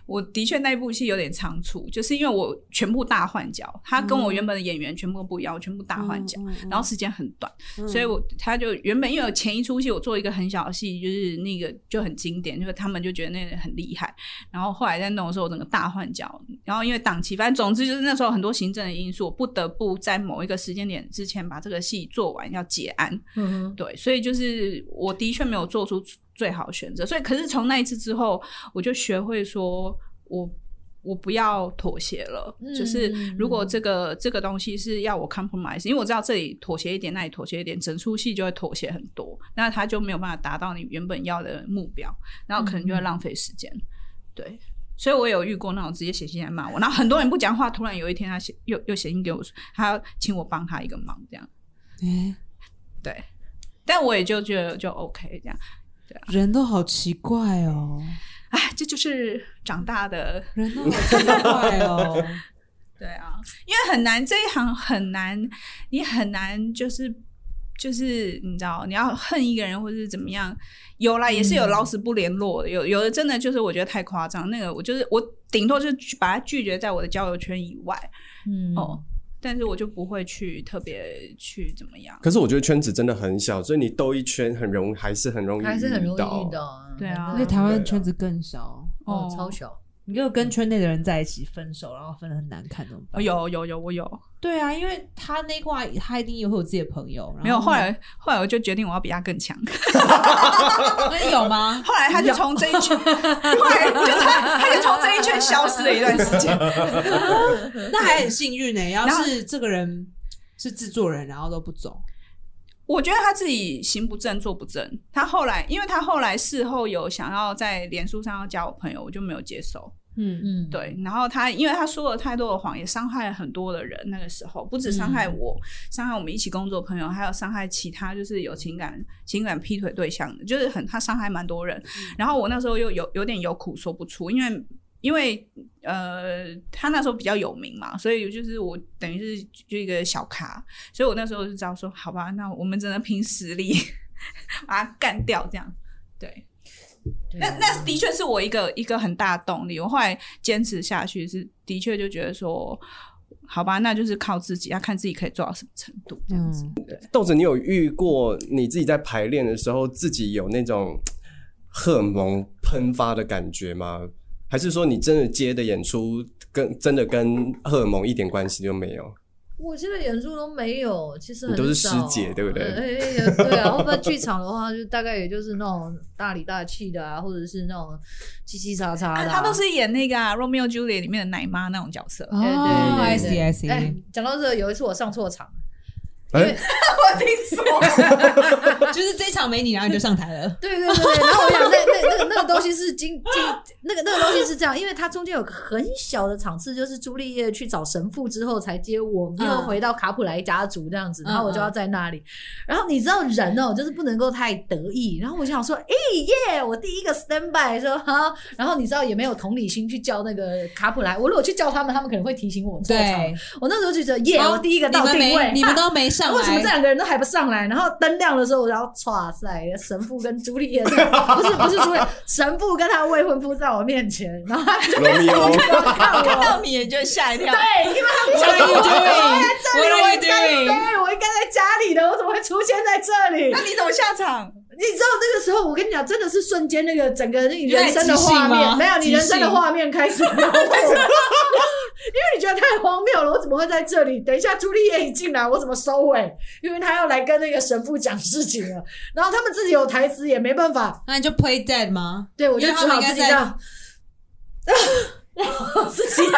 Speaker 3: 我的确那部戏有点仓促，就是因为我全部大换角，他跟我原本的演员全部不一样，我全部大换角，
Speaker 5: 嗯，嗯
Speaker 3: 然后时间很短，
Speaker 5: 嗯
Speaker 3: 所以我他就原本因为我前一出戏我做一个很小的戏，就是那个就很经典，就是他们就觉得那个很厉害。然后后来在弄的时候，我整个大换脚，然后因为档期，反正总之就是那时候很多行政的因素，我不得不在某一个时间点之前把这个戏做完，要结案。
Speaker 4: 嗯
Speaker 3: 对，所以就是我的确没有做出最好的选择。所以可是从那一次之后，我就学会说我。我不要妥协了，
Speaker 4: 嗯
Speaker 3: 就是如果这个这个东西是要我 compromise，因为我知道这里妥协一点，那里妥协一点，整出戏就会妥协很多，那他就没有办法达到你原本要的目标，然后可能
Speaker 4: 嗯
Speaker 3: 就会浪费时间。对，所以我有遇过那种直接写信来骂我，然后很多人不讲话，突然有一天他写又又写信给我说，他要请我帮他一个忙，这样
Speaker 5: 哎，
Speaker 3: 对，但我也就觉得就 OK 这样，
Speaker 5: 人都好奇怪哦，
Speaker 3: 哎，这就是长大的
Speaker 5: 人都好奇怪哦。
Speaker 3: 对啊，因为很难这一行很难，你很难就是就是你知道你要恨一个人或者是怎么样，有啦也是有老死不联络的，有有的真的就是我觉得太夸张，那个我就是我顶多就是把他拒绝在我的交友圈以外、
Speaker 4: 嗯
Speaker 3: 哦，但是我就不会去特别去怎么样。
Speaker 2: 可是我觉得圈子真的很小，所以你兜一圈很容还是很容易
Speaker 4: 还是很容易遇
Speaker 2: 到。
Speaker 4: 到，
Speaker 3: 对啊
Speaker 5: 而且台湾圈子更小，
Speaker 4: 哦超小，
Speaker 5: 你如果跟圈内的人在一起分手，然后分的很难看，怎么
Speaker 3: 哦
Speaker 5: 办？
Speaker 3: 有有有，我有
Speaker 5: 对啊，因为他那挂他一定也会有自己的朋友，然
Speaker 3: 没有？后来后来我就决定我要比他更强，
Speaker 5: 所以有有吗？
Speaker 3: 后来他就从这一圈，后来就他他就从这一圈消失了一段时间。
Speaker 1: 那还很幸运呢、欸要
Speaker 3: 然后
Speaker 1: 是这个人是制作人，然后都不走，
Speaker 3: 我觉得他自己行不正坐不正，他后来因为他后来事后有想要在脸书上要加我朋友，我就没有接受。
Speaker 1: 嗯，
Speaker 5: 嗯，
Speaker 3: 对，然后他因为他说了太多的谎，也伤害了很多的人。那个时候不止伤害我，伤害我们一起工作的朋友，还有伤害其他就是有情感情感劈腿对象的，就是很他伤害蛮多人。然后我那时候又有有点有苦说不出，因为。因为呃，他那时候比较有名嘛，所以就是我等于是就一个小咖，所以我那时候就知道说，好吧，那我们只能凭实力 把他干掉，这样对。那
Speaker 4: 嗯啊
Speaker 3: 那的确是我一个一个很大的动力。我后来坚持下去是，的确就觉得说，好吧，那就是靠自己，要看自己可以做到什么程度这样子。
Speaker 4: 嗯
Speaker 2: 豆子，你有遇过你自己在排练的时候，自己有那种荷尔蒙喷发的感觉吗？还是说你真的接的演出跟真的跟荷尔蒙一点关系都没 有？
Speaker 4: 我现在演出都没有，其实很
Speaker 2: 你都是师
Speaker 4: 少
Speaker 2: 姐对不对
Speaker 4: 哎、哎对啊，会 不会剧场的话，就大概也就是那种大里大气的啊，或者是那种叽叽喳喳的、啊
Speaker 3: 他都。是演那个、啊《Romeo and Juliet》里面的奶妈那种角色。
Speaker 5: 哦
Speaker 4: 对
Speaker 5: ，I
Speaker 4: 对
Speaker 5: see
Speaker 4: 对
Speaker 5: I
Speaker 4: 哎、
Speaker 5: see，
Speaker 4: 讲到这个，有一次我上错场，
Speaker 2: 哎、
Speaker 3: 我听说，
Speaker 4: 哎
Speaker 1: 就是这场没你，然后你就上台了。
Speaker 4: 对对对对，然后我想那那那个那个东西是经经那个那个东西是这样，因为它中间有个很小的场次，就是朱丽叶去找神父之后才接我，
Speaker 1: 嗯
Speaker 4: 又回到卡普莱家族这样子，
Speaker 1: 嗯
Speaker 4: 然后我就要在那里。然后你知道人哦，就是不能够太得意。然后我就想说，哎耶，我第一个 stand by 说哈，然后你知道也没有同理心去叫那个卡普莱，我如果去叫他们，他们可能会提醒我错场。
Speaker 1: 对，哦
Speaker 4: 我那时候就觉得耶，我第一个到
Speaker 1: 你们
Speaker 4: 定位
Speaker 1: 没，，你们都没上
Speaker 4: 为什么这
Speaker 1: 来。
Speaker 4: 两个人都还不上来？然后灯亮的时候，我然后哇塞，神父跟朱丽叶， 不是不是朱丽叶，神父跟他未婚夫在我面前，然后他就
Speaker 2: 罗密 欧，
Speaker 4: 看我，
Speaker 3: 看到你也就吓一跳。
Speaker 4: 对，因为他们
Speaker 1: What
Speaker 4: 讲
Speaker 1: are you
Speaker 4: 我怎么
Speaker 1: doing?
Speaker 4: 会在这
Speaker 1: What
Speaker 4: 里？我
Speaker 1: are you
Speaker 4: 应该
Speaker 1: doing?
Speaker 4: 对，我应该在家里的，我怎么会出现在这里？
Speaker 3: 那你怎么下场？
Speaker 4: 你知道那个时候，我跟你讲，真的是瞬间那个整个你
Speaker 1: 有点
Speaker 4: 人生的
Speaker 1: 即兴
Speaker 4: 画
Speaker 1: 吗
Speaker 4: 面，没有
Speaker 1: 即
Speaker 4: 你人生的
Speaker 1: 兴
Speaker 4: 画面开始描绘，因为你觉得太荒谬了，我怎么会在这里？等一下朱丽叶一进来，我怎么收尾？因为她要来跟那个神父讲事情了，然后他们自己有台词也没办法，
Speaker 1: 那你就 play dead 吗？
Speaker 4: 对我
Speaker 1: 因
Speaker 4: 就
Speaker 1: 为他
Speaker 4: 只
Speaker 1: 们
Speaker 4: 好
Speaker 1: 应该
Speaker 4: 自己
Speaker 1: 在
Speaker 4: 这样。 然后自己下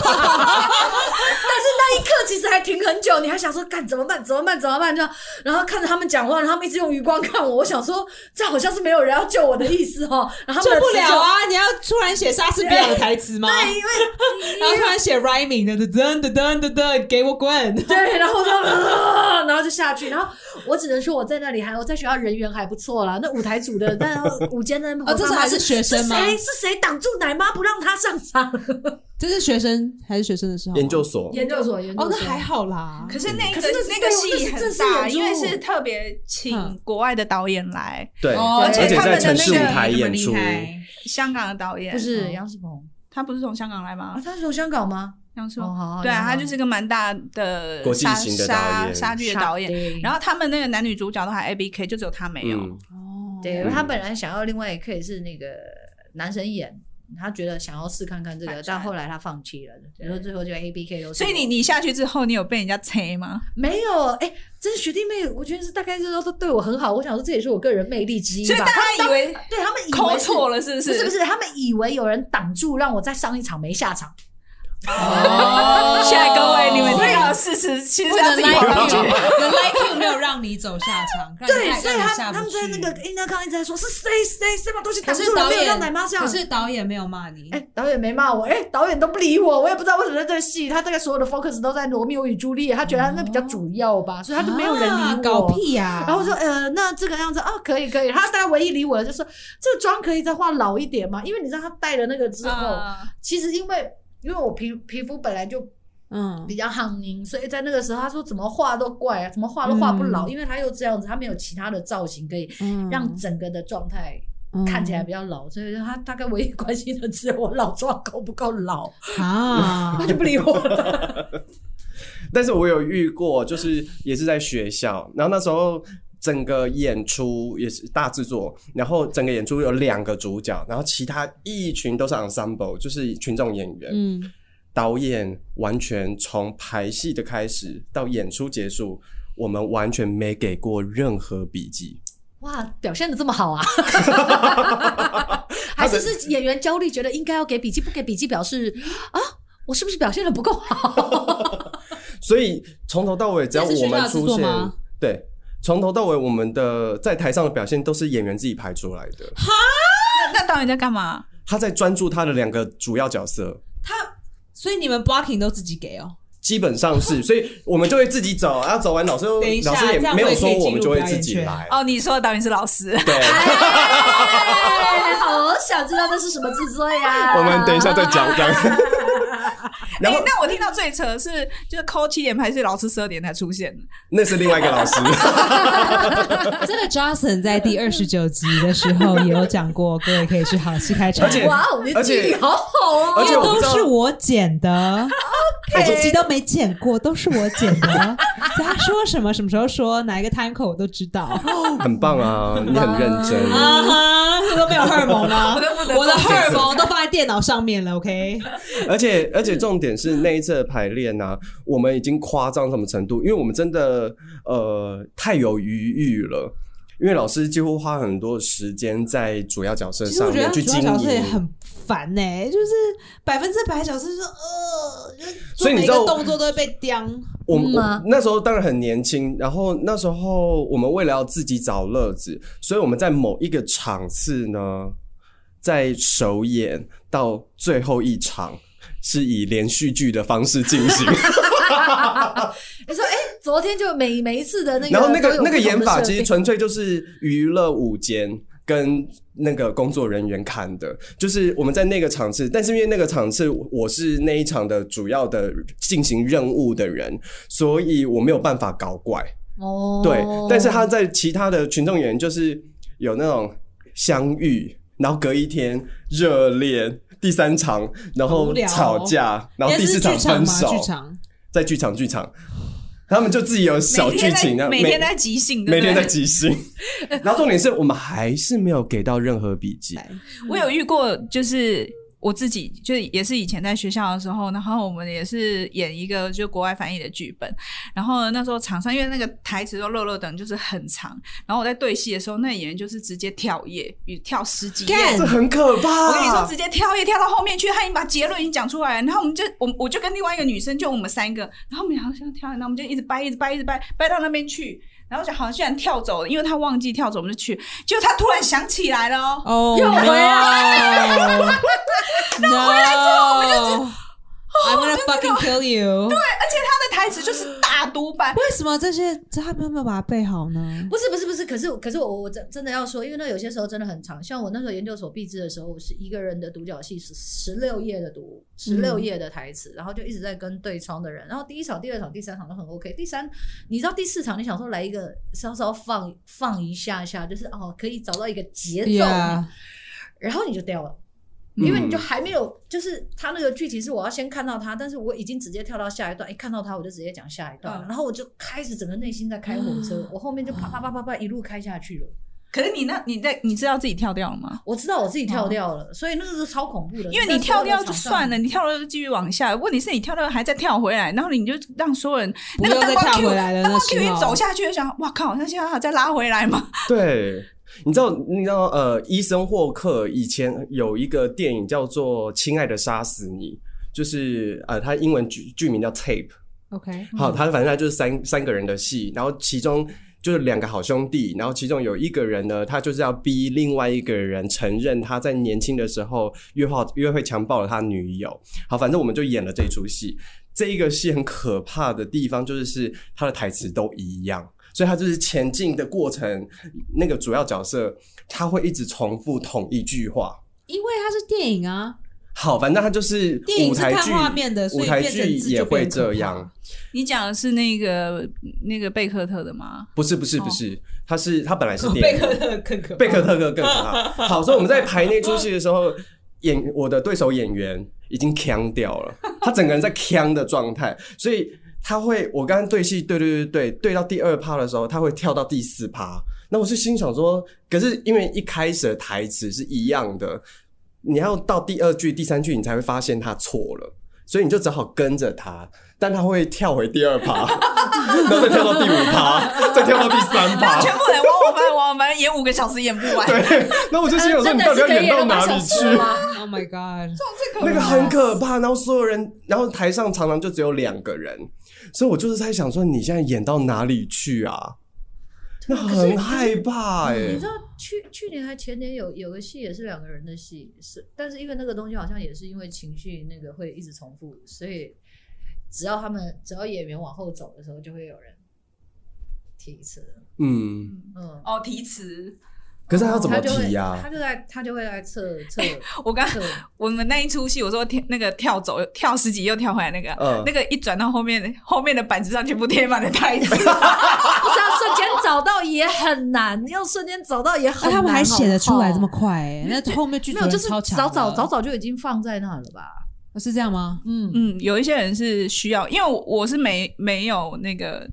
Speaker 4: 场，但是那一刻其实还停很久，你还想说干怎么办？怎么办？怎么办？就然后看着他们讲话，然后他们一直用余光看我，我想说这好像是没有人要救我的意思哦。然后他
Speaker 1: 救
Speaker 4: 们
Speaker 1: 不
Speaker 4: 的词就
Speaker 1: 了！啊！你要突然写莎士比亚的台词吗？
Speaker 4: 对，因为
Speaker 1: 然后突然写 rhyming 的噔噔噔噔噔，给我滚！
Speaker 4: 对，然后我就、啊然后就下去，然后我只能说我在那里还我在学校人缘还不错啦。那舞台组的，但午间的
Speaker 1: 哦，这是
Speaker 4: 妈妈
Speaker 1: 还是学生吗？
Speaker 4: 谁是谁挡住奶妈不让她上场？
Speaker 1: 这是学生还是学生的时候？啊
Speaker 2: 研究所，
Speaker 4: 研究所，研
Speaker 1: 哦，那还好啦。
Speaker 3: 可是那
Speaker 4: 可
Speaker 3: 个
Speaker 4: 是那是
Speaker 3: 那个
Speaker 4: 对我那
Speaker 3: 戏
Speaker 4: 是
Speaker 3: 很
Speaker 4: 正式
Speaker 3: 大，
Speaker 4: 演
Speaker 3: 因为
Speaker 4: 出
Speaker 3: 是特别请
Speaker 1: 嗯
Speaker 3: 国外的导演来，
Speaker 2: 对，
Speaker 5: 哦
Speaker 2: 而
Speaker 4: 而且
Speaker 2: 且
Speaker 4: 他
Speaker 2: 在
Speaker 4: 们的
Speaker 2: 城市舞
Speaker 4: 那个
Speaker 2: 台
Speaker 5: 这么
Speaker 2: 演
Speaker 5: 厉
Speaker 2: 出，
Speaker 5: 害
Speaker 3: 香港的导演嗯
Speaker 4: 不是杨世鹏
Speaker 3: 他不是从香港来
Speaker 4: 啊，
Speaker 3: 吗？
Speaker 4: 他是从香港吗？
Speaker 3: 杨
Speaker 4: 哦
Speaker 3: 烁。
Speaker 4: 好好
Speaker 3: 对啊，
Speaker 4: 好
Speaker 3: 他就是个蛮大的
Speaker 2: 国际
Speaker 3: 莎
Speaker 2: 型的导
Speaker 3: 莎
Speaker 2: 演
Speaker 3: 莎剧的导演，
Speaker 4: 对
Speaker 3: 然后他们那个男女主角都还 A B K，就只有他没有。
Speaker 2: 嗯，
Speaker 1: 哦，
Speaker 4: 对
Speaker 2: 嗯
Speaker 4: 他本来想要另外一个也是那个男神演，他觉得想要试看看这个
Speaker 3: 反，串
Speaker 4: 但后来他放弃了，然后最后就 A B K 都是
Speaker 3: 所以你
Speaker 4: 我
Speaker 3: 你下去之后，你有被人家催吗？
Speaker 4: 没有哎，这学弟妹，我觉得是大概这都都对我很好，我想说这也是我个人魅力之一
Speaker 3: 所以
Speaker 4: 吧
Speaker 3: 大。家以为
Speaker 4: 对他们以
Speaker 3: 抠
Speaker 4: 为是
Speaker 3: 错，了，是不
Speaker 4: 不
Speaker 3: 是？
Speaker 4: 是不是，他们以为有人挡住让我再上一场没下场，
Speaker 1: 哦
Speaker 3: 现在各位，你们
Speaker 1: 所以
Speaker 3: 听到的事实，其实
Speaker 1: 不
Speaker 3: 是他
Speaker 1: 能
Speaker 3: 自己
Speaker 1: like
Speaker 3: 跑上去
Speaker 1: you，。能 like you 没有让你走下场，让你
Speaker 4: 对，
Speaker 1: 害
Speaker 4: 所以他
Speaker 1: 让你下
Speaker 4: 们他
Speaker 1: 不
Speaker 4: 们在那
Speaker 1: 去
Speaker 4: 个应该刚一直在说是谁谁谁把东西
Speaker 1: 可
Speaker 4: 挡
Speaker 1: 是
Speaker 4: 住了，
Speaker 1: 导
Speaker 4: 没有
Speaker 1: 演
Speaker 4: 让奶妈上
Speaker 1: 可。是导演没有骂你，
Speaker 4: 哎、导演没骂我，哎、导演都不理我，我也不知道为什么在这个戏，他大概所有的 focus 都在《罗密欧与朱丽叶》，他觉得他那比较主要吧，所以他就没有人理我。
Speaker 1: 嗯啊搞屁呀！
Speaker 4: 然后我说，呃，那这个样子啊，可以可以。他大概唯一理我的就是这个妆可以再画老一点嘛，因为你知道他戴了那个之后，
Speaker 3: 啊
Speaker 4: 其实因为因为我皮皮肤本来就
Speaker 1: 嗯
Speaker 4: 比，较夯凝，所以在那个时候他说怎么画都怪啊，怎么画都画不老，
Speaker 1: 嗯
Speaker 4: 因为他又这样子，他没有其他的造型可以
Speaker 1: 嗯
Speaker 4: 让整个的状态看起来比较老，所以他大概唯一关心的只有我老妆够不够老，
Speaker 1: 啊
Speaker 4: 他，就不理我了。
Speaker 2: 但是我有遇过，就是也是在学校，然后那时候整个演出也是大制作，然后整个演出有两个主角，然后其他一群都是 ensemble，就是群众演员。
Speaker 1: 嗯，
Speaker 2: 导演完全从排戏的开始到演出结束，我们完全没给过任何笔记。
Speaker 4: 哇，表现的这么好 啊！
Speaker 2: 他
Speaker 4: 还是
Speaker 2: 的
Speaker 4: 是演员焦虑，觉得应该要给笔记，不给笔记表示啊，我是不是表现的不够好？
Speaker 2: 所以从头到尾，只要
Speaker 5: 这是
Speaker 2: 我
Speaker 5: 学校
Speaker 2: 们
Speaker 5: 的制
Speaker 2: 出
Speaker 5: 作
Speaker 2: 现
Speaker 5: 吗，
Speaker 2: 对，从头到尾我们的在台上的表现都是演员自己排出来的。
Speaker 3: 那导演在干嘛？
Speaker 2: 他在专注他的两个主要角色，
Speaker 1: 所以你们 blocking 都自己给 哦。
Speaker 2: 基本 上是，所以我们就会自己走，然后走完老师又
Speaker 1: 等一下
Speaker 2: 老师也
Speaker 1: 这样
Speaker 2: 没有
Speaker 1: 我也可
Speaker 2: 说
Speaker 1: 以进入
Speaker 2: 我们就会
Speaker 1: 表演
Speaker 2: 自己
Speaker 1: 圈
Speaker 2: 来，
Speaker 3: 哦，你说的导演是老师，
Speaker 2: 对，
Speaker 4: 哎好想知道那是什么啊制作呀？
Speaker 2: 我们等一下再讲 这样。然后
Speaker 3: 诶那我听到最扯的是，就是扣七点拍是老师十二点才出现的，
Speaker 2: 那是另外一个老师，
Speaker 1: 哦
Speaker 5: 真的，Johnson 在第二十九集的时候也有讲过，各位可以去好戏开场
Speaker 2: 而。且
Speaker 4: 哇哦，你
Speaker 2: 而
Speaker 4: 记
Speaker 2: 且
Speaker 4: 忆力好好哦！
Speaker 2: 而且我
Speaker 5: 都
Speaker 2: 不知
Speaker 5: 是
Speaker 2: 道，
Speaker 5: 我剪的，他一集都没剪过，都是我剪的。 所以他说什么，什么时候说，哪一个 time code 我都知 道。
Speaker 2: 很棒啊，你很认真。
Speaker 5: 啊哈，这都没有荷尔蒙 吗？
Speaker 3: 我都不能
Speaker 5: 我的
Speaker 3: 够
Speaker 5: 荷尔蒙都放在电脑上面了，OK？
Speaker 2: 而且而且重点是那一次的排练啊，我们已经夸张什么程度？因为我们真的呃太有余裕了。因为老师几乎花很多时间在主要角色
Speaker 5: 其实我
Speaker 2: 上
Speaker 5: 觉得
Speaker 2: 面
Speaker 5: 他们
Speaker 2: 去
Speaker 5: 主
Speaker 2: 经
Speaker 5: 要角色也
Speaker 2: 营，
Speaker 5: 很烦呢、就是百分之百角色就是呃，就是
Speaker 2: 所
Speaker 5: 做
Speaker 2: 以你
Speaker 5: 每
Speaker 2: 知
Speaker 5: 一
Speaker 2: 道
Speaker 5: 个动作都会被刁。
Speaker 2: 我
Speaker 4: 嗯
Speaker 2: 我
Speaker 4: 啊
Speaker 2: 那时候当然很年轻，然后那时候我们为了要自己找乐子，所以我们在某一个场次呢，在首演到最后一场是以连续剧的方式进行，
Speaker 4: 你说，哎，昨天就每每一次的那个，
Speaker 2: 然后那
Speaker 4: 都有
Speaker 2: 个
Speaker 4: 不
Speaker 2: 那
Speaker 4: 同
Speaker 2: 个
Speaker 4: 的
Speaker 2: 演法
Speaker 4: 设
Speaker 2: 其实
Speaker 4: 定
Speaker 2: 纯粹就是娱乐午间跟那个工作人员看的，就是我们在那个场次，但是因为那个场次我是那一场的主要的进行任务的人，所以我没有办法搞怪。
Speaker 4: 哦，
Speaker 2: 对，但是他在其他的群众演员就是有那种相遇，然后隔一天热恋。第三场，然
Speaker 5: 好
Speaker 2: 后
Speaker 5: 无聊哦
Speaker 2: 吵架，然后
Speaker 5: 也
Speaker 2: 第四
Speaker 5: 是剧
Speaker 2: 分
Speaker 5: 场吗？
Speaker 2: 手
Speaker 5: 剧，场
Speaker 2: 在剧场剧场，他们就自己有小
Speaker 3: 每
Speaker 2: 剧
Speaker 3: 天
Speaker 2: 情，
Speaker 3: 在
Speaker 2: 然后
Speaker 3: 每天在即兴，对
Speaker 2: 每
Speaker 3: 不
Speaker 2: 天
Speaker 3: 对
Speaker 2: 在即兴。然后重点是我们还是没有给到任何笔记，
Speaker 3: 我有遇过，就是我自己，就是也是以前在学校的时候，然后我们也是演一个就国外翻译的剧本，然后呢那时候场上因为那个台词都漏漏等，就是很长，然后我在对戏的时候，那演员就是直接跳页，比跳十几页。
Speaker 5: 干
Speaker 2: 这很可怕。
Speaker 3: 我跟你说，直接跳页跳到后面去，他已经把结论已经讲出来了，然后我们就我我就跟另外一个女生，就我们三个，然后我们好像跳，然后我们就一直掰，一直掰，一直掰，掰到那边去，然后就好像然跳走了，因为他忘记跳走，我们就去，结果他突然想起来了哦，
Speaker 5: 哦，
Speaker 4: 又回
Speaker 5: 来了。No，回 来之后我们 就 I'm
Speaker 2: 哦
Speaker 5: gonna fucking kill you！对，
Speaker 3: 而且他的台词就是大独白，
Speaker 5: 为什么这些这他们有没有把它背好呢？
Speaker 4: 不是不是不是，可是可是我我真真的要说，因为那有些时候真的很长，像我那时候研究所毕制的时候，我是一个人的独角戏，是十六页的读，十六页的台词，然后就一直在跟对窗的人，然后第一场、第二场、第三场都很 OK，第三你知道第四场你想说来一个稍稍放放一下下，就是哦可以找到一个节奏
Speaker 5: Yeah
Speaker 4: 然后你就掉了。
Speaker 2: 嗯
Speaker 4: 因为你就还没有，就是他那个剧情是我要先看到他，但是我已经直接跳到下一段，一看到他我就直接讲下一段了，
Speaker 3: 嗯
Speaker 4: 然后我就开始整个内心在开火车，我后面就啪啪啪啪啪一路开下去了。
Speaker 3: 可是你那你在你知道自己跳掉了吗？
Speaker 4: 我知道我自己跳掉了，所以那个是超恐
Speaker 5: 嗯
Speaker 4: 怖的。
Speaker 3: 因为你跳掉就算了，，你跳掉就继续往下。问题是你跳掉还在跳回来，然后你就让所有人
Speaker 5: 不
Speaker 3: 那个
Speaker 5: 要
Speaker 3: 灯
Speaker 5: 再
Speaker 3: 光
Speaker 5: 跳
Speaker 3: Q
Speaker 5: 回来了
Speaker 3: 灯光
Speaker 5: 那哦时
Speaker 3: Q 一
Speaker 5: 候
Speaker 3: 走下去，就想哇靠，那现在还再拉回来吗？
Speaker 2: 对，你知道，你知道，呃，伊森霍克以前有一个电影叫做《亲爱的杀死你》，就是呃，它英文剧剧名叫 Tape。
Speaker 5: ，OK，
Speaker 2: 好，他反正他就是三三个人的戏，然后其中就是两个好兄弟，然后其中有一个人呢，他就是要逼另外一个人承认他在年轻的时候约炮约会强暴了他女友。好，反正我们就演了这一出戏。这一个戏很可怕的地方就是是他的台词都一样。所以他就是前进的过程，那个主要角色他会一直重复同一句话。
Speaker 5: 因为它是电影啊，
Speaker 2: 好，反正他就是
Speaker 5: 电影
Speaker 2: 舞
Speaker 5: 是
Speaker 2: 台
Speaker 5: 看
Speaker 2: 剧
Speaker 5: 画面的所以
Speaker 2: 舞台
Speaker 5: 变成
Speaker 2: 剧
Speaker 5: 字就
Speaker 2: 也
Speaker 5: 变
Speaker 2: 会
Speaker 5: 得可
Speaker 2: 这样
Speaker 5: 怕。
Speaker 3: 你讲的是那个那个贝克特的吗？
Speaker 2: 不是不是不是，他是他本来是
Speaker 5: 哦
Speaker 2: 电
Speaker 5: 贝
Speaker 2: 影，
Speaker 5: 克特更可怕。
Speaker 2: 贝克特哥更可怕。好，所以我们在排那出戏的时候，演我的对手演员已经腔掉了，他整个人在腔的状态，所以他会，我刚刚对戏对对对对对到第二趴的时候，他会跳到第四趴。那我是心想说，可是因为一开始的台词是一样的，你要到第二句、第三句，你才会发现他错了。所以你就只好跟着他，但他会跳 回第二趴，然后再跳到第五趴，再跳到第三
Speaker 3: 然
Speaker 2: 趴
Speaker 5: 哦
Speaker 3: 后，全部人往我翻，往哦，反正演五个小时演不完。
Speaker 2: 对，那我就心想说，
Speaker 4: 嗯真
Speaker 2: 你
Speaker 4: 的
Speaker 2: 到底
Speaker 4: 是
Speaker 2: 要
Speaker 4: 可以
Speaker 2: 演
Speaker 4: 演
Speaker 2: 到
Speaker 4: 六
Speaker 2: 哪
Speaker 4: 把小
Speaker 2: 里去？
Speaker 4: 时吗？
Speaker 1: Oh my god！
Speaker 2: 那个很可怕。然后所有人，然后台上常常就只有两个人，所以我就是在想说，你现在演到哪里去啊？那很害怕哎、
Speaker 4: 你知道去去年还前年有有个戏也是两个人的戏，是但是因为那个东西好像也是因为情绪那个会一直重复，所以只要他们只要演员往后走的时候，就会有人提词，
Speaker 2: 嗯，
Speaker 4: 嗯，
Speaker 3: 哦，提词，
Speaker 2: 可是他要怎么
Speaker 4: 他就会
Speaker 2: 提啊呀、
Speaker 4: 他就在他就会来 测测
Speaker 3: 我刚
Speaker 4: 测，
Speaker 3: 我们那一出戏，我说跳那个跳走跳十几又跳回来那个，
Speaker 5: 哦
Speaker 2: 嗯
Speaker 3: 那个一转到后面，后面的板子上全部贴满了台 词。
Speaker 4: 不是要瞬间找到也很难，要瞬间找到也很
Speaker 1: 那哎
Speaker 4: 难，
Speaker 1: 他们还写得出来这么
Speaker 4: 好
Speaker 1: 快、欸？那后面剧
Speaker 4: 不
Speaker 1: 组
Speaker 4: 好
Speaker 1: 人
Speaker 4: 没有，就是
Speaker 1: 超强的哦
Speaker 4: 早早早早就已经放在那了吧？
Speaker 1: 是这样吗？
Speaker 4: 嗯，
Speaker 3: 嗯，有一些人是需要，因为我我是没没有那个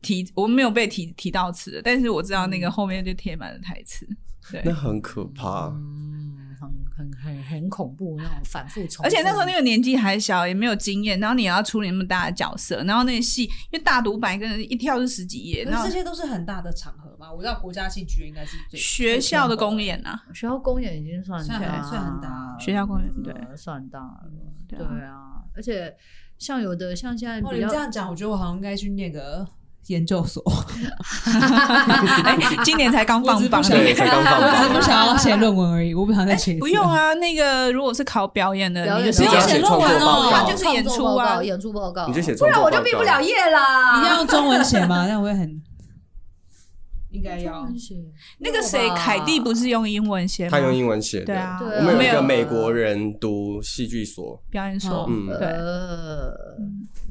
Speaker 3: 提，我没有被提提到词的，但是我知道那个后面就贴满了台词。对
Speaker 2: 嗯那，很可怕。
Speaker 4: 嗯，很很很很恐怖那种反复重复，
Speaker 3: 而且那时
Speaker 2: 嗯
Speaker 3: 候那个年纪还小，也没有经验，然后你也要处理那么大的角色，然后那个戏因为大独白跟人一跳就十几页，然后
Speaker 1: 些都是很大的场合嘛，我知道国家戏剧院应该是最
Speaker 3: 学校的公演 啊，
Speaker 4: 学校公园已经算
Speaker 1: 算
Speaker 4: 大
Speaker 1: 很算很大哦
Speaker 4: 了
Speaker 3: 学校公园对
Speaker 4: 嗯算大了，
Speaker 3: 对
Speaker 4: 对
Speaker 3: 啊
Speaker 4: 啊，而且像有的像现在
Speaker 1: 哦，
Speaker 4: 比
Speaker 1: 你们这
Speaker 4: 较
Speaker 1: 样讲，我觉得我好像应该去念个研究所，
Speaker 3: 哎，今年才刚放榜
Speaker 1: 我只不想
Speaker 2: 对，才刚 放
Speaker 1: 我只是
Speaker 2: 榜
Speaker 1: 不，想要写论文而已，我不想再写一次。
Speaker 3: 不用啊，那个如果是考表演的，
Speaker 4: 表
Speaker 3: 你
Speaker 4: 演
Speaker 3: 就
Speaker 4: 的
Speaker 3: 是
Speaker 2: 你只要
Speaker 1: 写
Speaker 2: 写
Speaker 1: 论
Speaker 2: 创作
Speaker 1: 文
Speaker 2: 报
Speaker 1: 哦
Speaker 2: 告
Speaker 3: 它，啊就是演出
Speaker 4: 创作报
Speaker 3: 啊
Speaker 4: 告，演出报告，
Speaker 2: 你就写
Speaker 4: 不然
Speaker 2: 创作
Speaker 4: 我就
Speaker 2: 报
Speaker 4: 毕不
Speaker 2: 告
Speaker 4: 了业啦。
Speaker 1: 一定要用中文写 吗？那样会很应该要。
Speaker 3: 那个谁，凯蒂不是用英文写吗？
Speaker 2: 他用英文写的。
Speaker 3: 对啊，
Speaker 4: 对啊
Speaker 2: 我们有一
Speaker 3: 没
Speaker 2: 个
Speaker 3: 有
Speaker 2: 美国人读戏剧所，
Speaker 3: 表演所，
Speaker 1: 嗯
Speaker 2: 嗯，
Speaker 3: 对
Speaker 4: 呃，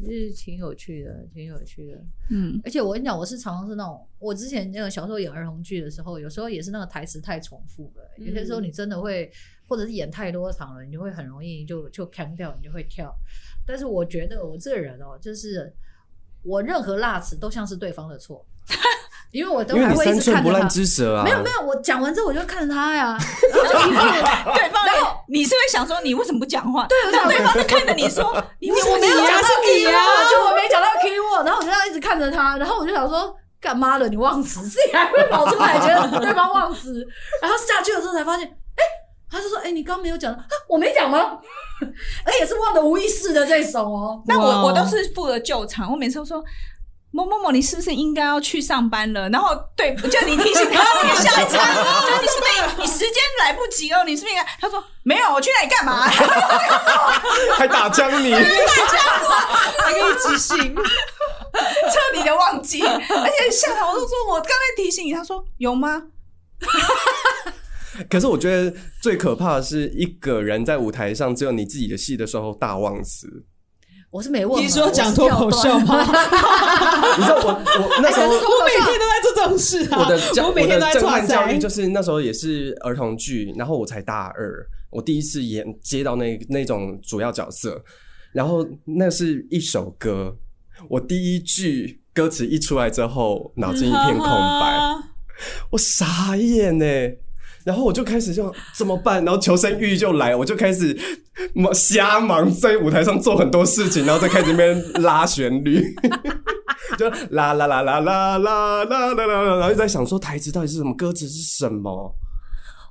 Speaker 4: 是挺有趣的，挺有趣的。
Speaker 3: 嗯，
Speaker 4: 而且我跟你讲，我是常常是那种，我之前那个小时候演儿童剧的时候，有时候也是那个台词太重复了，有些时候你真的会，或者是演太多场了，你就会很容易就就扛掉，你就会跳。但是我觉得我这个人哦，就是我任何辣词都像是对方的错，因为我都
Speaker 2: 因为
Speaker 4: 还
Speaker 2: 你
Speaker 4: 会一
Speaker 2: 三
Speaker 4: 直
Speaker 2: 寸
Speaker 4: 看
Speaker 2: 不
Speaker 4: 着
Speaker 2: 烂
Speaker 4: 他。
Speaker 2: 之舌啊，
Speaker 4: 没有没有，我讲完之后我就看着他呀，然后就一副
Speaker 3: 对方也，你是会想说你为什么不讲话？对，
Speaker 4: 我想
Speaker 3: 对方在看着你说， 你为什么
Speaker 4: 我没
Speaker 3: 不
Speaker 4: 有
Speaker 3: 讲
Speaker 4: 讲
Speaker 3: 话
Speaker 4: 到 key 啊，就我没讲到 key word，然后我就这样一直看着他，然后我就想说。干嘛了？你忘词，自己还会跑出来，觉得对方忘词， 然后下去的时候才发现，哎、他就说，哎、你刚没有讲，啊，我没讲吗？ 而且是忘的无意识的这种哦。
Speaker 3: 那
Speaker 1: 哇
Speaker 3: 我我都是负责救场，我每次都说。某某某，你是不是应该要去上班了？然后对，就你提醒他那个下一 场，就你是不是你时间来不及了？你是不是应该？他说没有，我去那里干 嘛？
Speaker 2: 还打枪 你，
Speaker 1: 还可以即兴，
Speaker 3: 彻底的忘记，而且下场我都说我刚才提醒你，他说有吗？
Speaker 2: 可是我觉得最可怕的是一个人在舞台上只有你自己的戏的时候大忘 词。
Speaker 4: 我是没问啊，
Speaker 1: 你说讲脱口秀吗？哎
Speaker 2: 你知道我我那时候
Speaker 1: 我每天都在做这种事啊！
Speaker 2: 我的教
Speaker 1: 我每天都在
Speaker 2: 的震
Speaker 1: 抓
Speaker 2: 撼教育
Speaker 1: 塞。
Speaker 2: 就是那时候也是儿童剧，然后我才大二，我第一次演接到那那种主要角色，然后那是一首歌，我第一句歌词一出来之后，脑筋一片 空
Speaker 1: 嗯
Speaker 2: 白，我傻眼呢、然后我就开始就怎么办？然后求生欲就来，我就开始忙瞎忙，在舞台上做很多事情，然后再开始那边拉旋律，就啦啦啦啦啦啦啦啦啦啦，然后就在想说台词到底是什么，歌词是什么，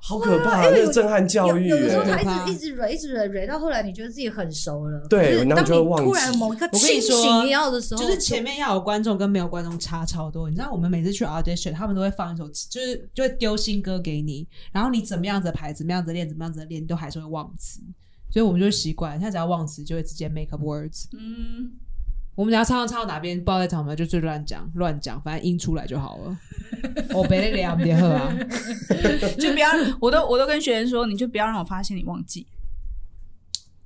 Speaker 2: 好可怕、
Speaker 4: 因为
Speaker 2: 那
Speaker 4: 有
Speaker 2: 是震撼教育、
Speaker 4: 有有的时候
Speaker 2: 欸
Speaker 1: 太
Speaker 4: 他一直一直蕊，一直蕊蕊到后来，你觉得自己很熟了。
Speaker 2: 对
Speaker 4: 就是
Speaker 2: 然后
Speaker 4: 当
Speaker 2: 就会
Speaker 4: 你
Speaker 2: 忘
Speaker 4: 突
Speaker 2: 记
Speaker 4: 然某一个
Speaker 1: 我跟你
Speaker 4: 清
Speaker 1: 说
Speaker 4: 醒一样的时候，
Speaker 1: 就是前面要有观众跟没有观众差超多，你知道我们每次去 audition，他们都会放一首，就是就会丢新歌给你，然后你怎么样子排，怎么样子练，怎么样子练，你都还是会忘词，所以我们就习惯，现在只要忘词就会直接 make up words。
Speaker 3: 嗯，
Speaker 1: 我们只要唱到唱到哪边，不知道在唱什么，就最乱讲乱讲，反正音出来就好了。 我别那两别喝 啊！
Speaker 3: 就不要，
Speaker 1: 嗯
Speaker 3: 我都我都跟学员说，你就不要让我发现你忘记。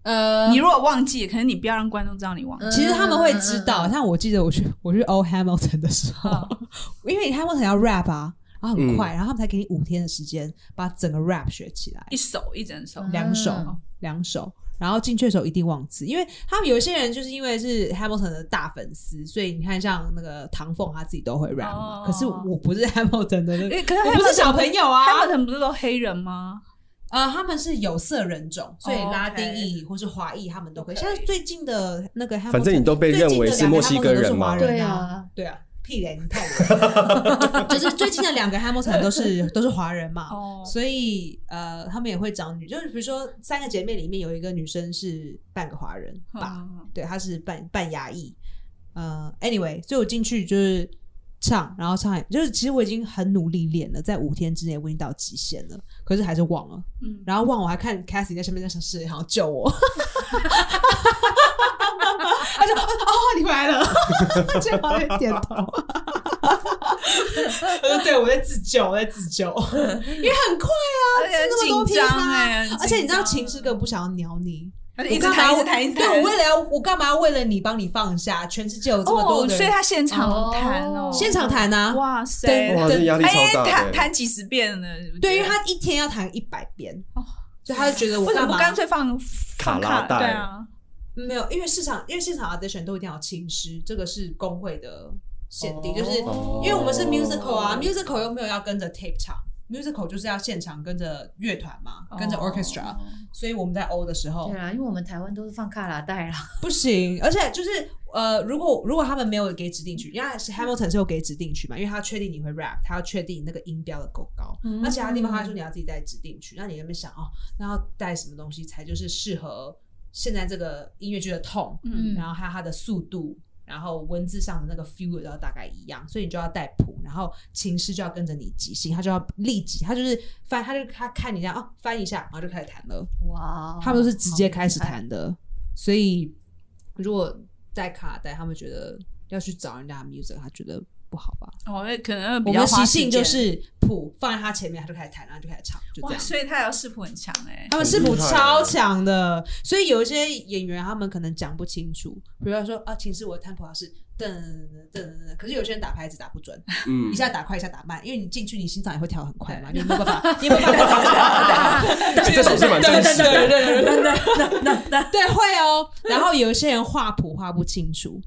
Speaker 1: 呃嗯
Speaker 3: 你，如果忘记，可能你不要让观众知道你忘记。
Speaker 1: 其
Speaker 4: 嗯
Speaker 1: 实他们会知
Speaker 3: 嗯
Speaker 1: 道，像我记得我去我去 O Hamilton 的时候，因为 Hamilton 要 rap 啊，然后很快，然后他们才给你五天的时间把整个 rap 学起来，
Speaker 3: 一首一整首，
Speaker 1: 两首
Speaker 4: 嗯
Speaker 1: 两首。然后进去的时候一定忘词，因为他们有一些人就是因为是 Hamilton 的大粉丝，所以你看像那个唐凤他自己都会 rap 嘛。
Speaker 3: 哦
Speaker 1: 可是我不是 Hamilton 的那个，
Speaker 3: 诶可是
Speaker 1: 我不是小朋友啊，
Speaker 3: 他们不是都黑人吗？
Speaker 1: 呃，他们是有色人种，所以
Speaker 3: 哦
Speaker 1: 拉
Speaker 3: OK
Speaker 1: 丁裔或是华裔他们都可以。
Speaker 3: OK
Speaker 1: 像最近的那个 Hamilton，
Speaker 2: 反正你都被认为是墨西哥人嘛
Speaker 1: 最近的两个 Hamilton 都是华人
Speaker 4: 对，啊，
Speaker 1: 对啊。屁嘞，你太冷了 就是最近的两个 Hamilton 都是都是华人嘛，
Speaker 3: 哦
Speaker 1: 所以呃，他们也会找女，就是比如说三个姐妹里面有一个女生是半个华人吧，对，她是半半牙裔。呃，anyway，所以我进去就是唱，然后唱也，就是其实我已经很努力练了，在五天之内我已经到极限了，可是还是忘了。
Speaker 3: 嗯，
Speaker 1: 然后忘了，我还看 Cassie 在上面在想是想要救 我，他就哦你回来了， 就往那边点头。我说 对，我在自救，我在自 救，因为很快啊，
Speaker 3: 而且
Speaker 1: 吃那么多
Speaker 3: 很紧
Speaker 1: 批
Speaker 3: 张
Speaker 1: 发
Speaker 3: 哎，很
Speaker 1: 而且你
Speaker 3: 紧
Speaker 1: 知道
Speaker 3: 张
Speaker 1: 情诗根本不想要鸟你，
Speaker 3: 而且一直
Speaker 1: 我干嘛
Speaker 3: 弹一直弹一直弹，
Speaker 1: 对我为了要我干嘛要为了你帮你放下？全世界有这么多
Speaker 3: 哦，
Speaker 1: 的
Speaker 3: 所以
Speaker 1: 人，
Speaker 3: 他现场弹哦，
Speaker 1: 现场弹啊，
Speaker 3: 哇塞
Speaker 1: 对，
Speaker 2: 哇，这压力超大的
Speaker 3: 弹
Speaker 2: 欸。
Speaker 3: 弹几十遍了，我觉得
Speaker 1: 对，因为他一天要弹一百遍
Speaker 3: 哦，
Speaker 1: 所以他就觉得我
Speaker 3: 为什
Speaker 1: 干
Speaker 3: 么
Speaker 1: 嘛
Speaker 3: 不干脆放放
Speaker 2: 卡拉带
Speaker 3: 对啊，
Speaker 1: 没有，因为市场因为市场 audition 都一定要清师，这个是工会的限定，就是
Speaker 2: 哦
Speaker 1: 因为我们是 musical 啊、
Speaker 3: 哦
Speaker 1: m u s i c a l 又没有要跟着 tape 唱，musical 就是要现场跟着乐团嘛，跟着
Speaker 3: 哦
Speaker 1: orchestra，、所以我们在欧的时候
Speaker 4: 对啊啦，因为我们台湾都是放卡拉带啦，啊
Speaker 1: 不行，而且就是呃，如果如果他们没有给指定曲，因为 Hamilton 是有给指定曲嘛，因为他要确定你会 rap，他要确定那个音标的够高，
Speaker 4: 嗯
Speaker 1: 那其他地方他说你要自己带指定曲，那你在那边想哦，那要带什么东西才就是适合现在这个音乐剧的痛，
Speaker 3: 嗯
Speaker 1: 然后还有它的速度，然后文字上的那个 feel 要大概一样，所以你就要带谱，然后情诗就要跟着你即兴，他就要立即，他就是翻，他就他看你这样哦，翻一下，然后就开始弹
Speaker 3: 哦
Speaker 1: 了。
Speaker 4: 嗯哇，哦
Speaker 1: 他们都是直接开始弹的，所以如果带卡带，他们觉得要去找人家的 music，他觉得不好吧？
Speaker 3: 哦，那可能
Speaker 1: 我
Speaker 3: 比
Speaker 1: 们
Speaker 3: 较
Speaker 1: 的
Speaker 3: 花
Speaker 1: 习
Speaker 3: 时
Speaker 1: 性
Speaker 3: 间
Speaker 1: 就是谱放在他前面，他就开始弹，然后就开始唱，就这
Speaker 3: 哇，
Speaker 1: 样。
Speaker 3: 所以他有视谱很强哎，
Speaker 1: 他们视谱超强的，所以有一些演员他们可能讲不清楚，比如说啊，请示我的 tempo 它是噔噔噔噔，可是有些人打拍子打不准，
Speaker 2: 嗯
Speaker 1: 一下打快一下打慢，因为你进去你心脏也会跳很快嘛，你
Speaker 3: 对
Speaker 1: 有没有办法？你有没有办法？
Speaker 2: 这首是蛮真实的。
Speaker 1: 对对对，会哦。然后有一些人画谱画不清楚，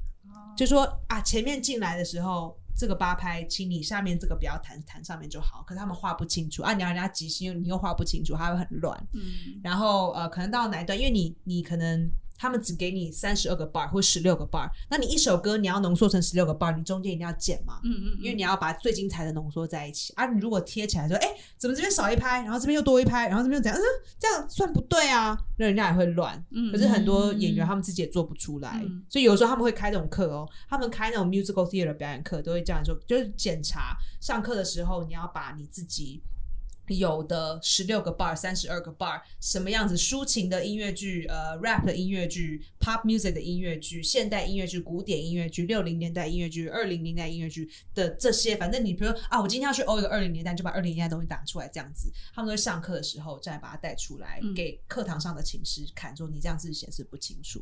Speaker 1: 就说啊，前面进来的时候这个八拍，请你下面这个不要弹，弹上面就好。可是他们画不清楚啊，你要人家即兴，又你又画不清楚，他会很乱。
Speaker 3: 嗯，
Speaker 1: 然后呃，可能到哪一段，因为你你可能。他们只给你三十二个 bar 或十六个 bar，那你一首歌你要浓缩成十六个 bar，你中间一定要剪嘛，
Speaker 3: 嗯嗯，
Speaker 1: 因为你要把最精彩的浓缩在一起啊。你如果贴起来说，哎、怎么这边少一拍，然后这边又多一拍，然后这边又怎样？嗯，这样算不对啊，那人家也会乱。
Speaker 3: 嗯
Speaker 1: 可是很多演员他们自己也做不出来，
Speaker 3: 嗯
Speaker 1: 所以有时候他们会开这种课哦，他们开那种 musical theater 表演课都会这样说，就是检查上课的时候，你要把你自己。有的十六个 bar，三十二个 bar，什么样子？抒情的音乐剧，呃，rap 的音乐剧，pop music 的音乐剧，现代音乐剧，古典音乐剧，六零年代音乐剧，二零年代音乐剧的这些，反正你比如说啊，我今天要去欧一个二零年代，你就把二零年代的东西打出来，这样子，他们都会上课的时候再把它带出来，
Speaker 3: 嗯
Speaker 1: 给课堂上的琴师看，说你这样子显示不清楚，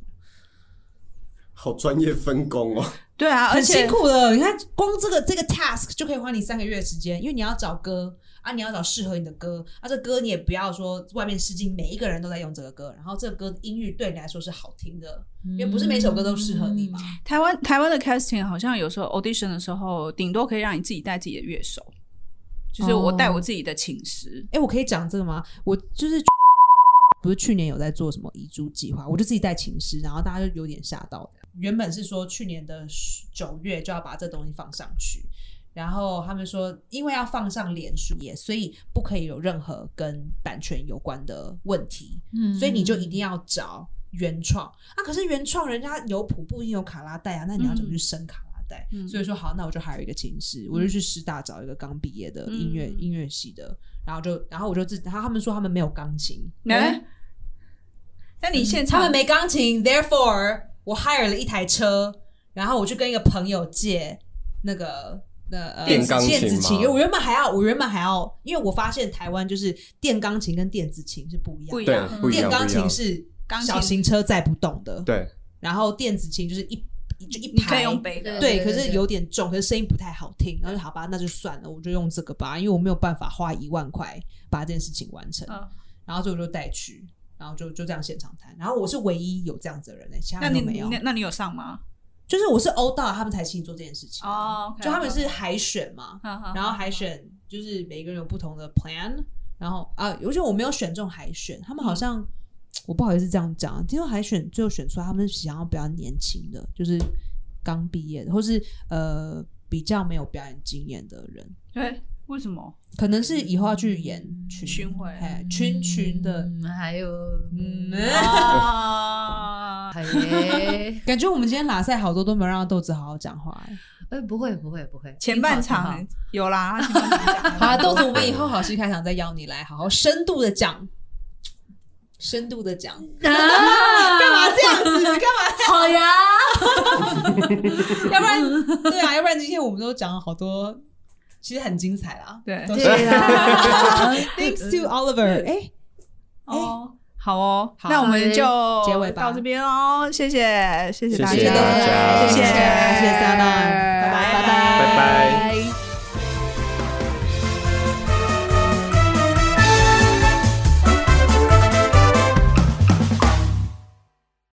Speaker 2: 好专业分工哦，
Speaker 3: 对啊，而
Speaker 1: 很
Speaker 3: 且
Speaker 1: 辛苦的。你看，光这个这个 task 就可以花你三个月的时间，因为你要找歌啊，你要找适合你的歌啊，这歌你也不要说外面试镜每一个人都在用这个歌，然后这个歌音域对你来说是好听的，因为不是每首歌都适合你嘛。
Speaker 3: 嗯台湾台湾的 casting 好像有时候 audition 的时候，顶多可以让你自己带自己的乐手，就是
Speaker 1: 哦
Speaker 3: 我带我自己的寝室。
Speaker 1: 哎、我可以讲这个吗？我就是 不是去年有在做什么遗珠计划，我就自己带琴师，然后大家就有点吓到。原本是说去年的九月就要把这东西放上去，然后他们说因为要放上脸书也，所以不可以有任何跟版权有关的问题，
Speaker 4: 嗯
Speaker 1: 所以你就一定要找原创啊。可是原创人家有谱不一定有卡拉带啊，那你要怎么去升卡拉带？
Speaker 3: 嗯
Speaker 1: 所以说好，那我就还有一个琴师，我就去师大找一个刚毕业的音乐、
Speaker 3: 嗯
Speaker 1: 音乐系的，然后就然后我就自，然后他们说他们没有钢琴，
Speaker 3: 哎、那你现
Speaker 1: 他
Speaker 3: 场
Speaker 1: 们没钢琴，therefore 我 hire 了一台车，然后我去跟一个朋友借那个。那呃，
Speaker 2: 电钢琴
Speaker 1: 电子琴，因
Speaker 2: 吗
Speaker 1: 为我原本还要，我原本还要，因为我发现台湾就是电钢琴跟电子琴是不一样
Speaker 3: 不一
Speaker 1: 的，
Speaker 2: 对
Speaker 3: 样，，
Speaker 2: 不一
Speaker 1: 电
Speaker 2: 样，
Speaker 1: 钢
Speaker 2: 不一
Speaker 1: 琴
Speaker 2: 样。
Speaker 1: 是
Speaker 3: 钢琴
Speaker 1: 小型车载不动的，
Speaker 2: 对，
Speaker 1: 然后电子琴就是一一就一
Speaker 3: 你可
Speaker 1: 排
Speaker 3: 以，用背的，
Speaker 1: 对，
Speaker 4: 对
Speaker 1: 可
Speaker 4: 对
Speaker 1: 是
Speaker 4: 对
Speaker 1: 有点重，可是声音不太好听。然后就好吧，那就算了，我就用这个吧，因为我没有办法花一万块把这件事情完成。
Speaker 3: 嗯
Speaker 1: 然后所以我就带去，然后就就这样现场弹。然后我是唯一有这样子的人呢、其他
Speaker 3: 那
Speaker 1: 人
Speaker 3: 你
Speaker 1: 都没有
Speaker 3: 那。那你有上吗？
Speaker 1: 就是我是欧到他们才请做这件事情啊，
Speaker 3: 哦，
Speaker 1: 就他们是海选嘛，
Speaker 3: 好，好
Speaker 1: 然后海，选就是每个人有不同的 plan，然后啊，而且我没有选中海选，他们好像、
Speaker 3: 嗯
Speaker 1: 我不好意思这样讲，听说海选最后选出来他们是想要比较年轻的，就是刚毕业的，或是呃。比较没有表演经验的人，
Speaker 3: 对，为什么？
Speaker 1: 可能是以后要去演群
Speaker 3: 巡回
Speaker 1: 哎，群群的，
Speaker 4: 嗯，还有，
Speaker 1: 嗯，
Speaker 3: 啊，
Speaker 1: 哦
Speaker 4: 哎耶，
Speaker 1: 感觉我们今天拉赛好多都没有让豆子好好讲话、 哎
Speaker 4: 哎，不会不会不会，
Speaker 3: 前半
Speaker 4: 挺好
Speaker 3: 场
Speaker 4: 挺
Speaker 3: 有啦，前半场讲了
Speaker 1: 好、啊，豆子，我们以后好戏开场再邀你来，好好深度的讲，深度的讲。
Speaker 4: 好
Speaker 1: 干嘛这样子？你干嘛？
Speaker 4: 好呀，
Speaker 1: 要不然 对啊，要不然今天我们都讲了好多，其实很精彩啦。
Speaker 3: 对
Speaker 1: 都是
Speaker 4: 对啦，
Speaker 1: Thanks to Oliver，哎、
Speaker 3: 哦，好哦，
Speaker 1: 好
Speaker 3: 那我们就
Speaker 1: 结尾吧
Speaker 3: 到这边哦，谢谢，谢谢大
Speaker 2: 谢谢大
Speaker 3: 家，谢
Speaker 2: 家
Speaker 1: 谢谢
Speaker 3: 谢
Speaker 1: 谢谢 Sana 拜
Speaker 3: 拜
Speaker 1: 拜
Speaker 2: 拜拜。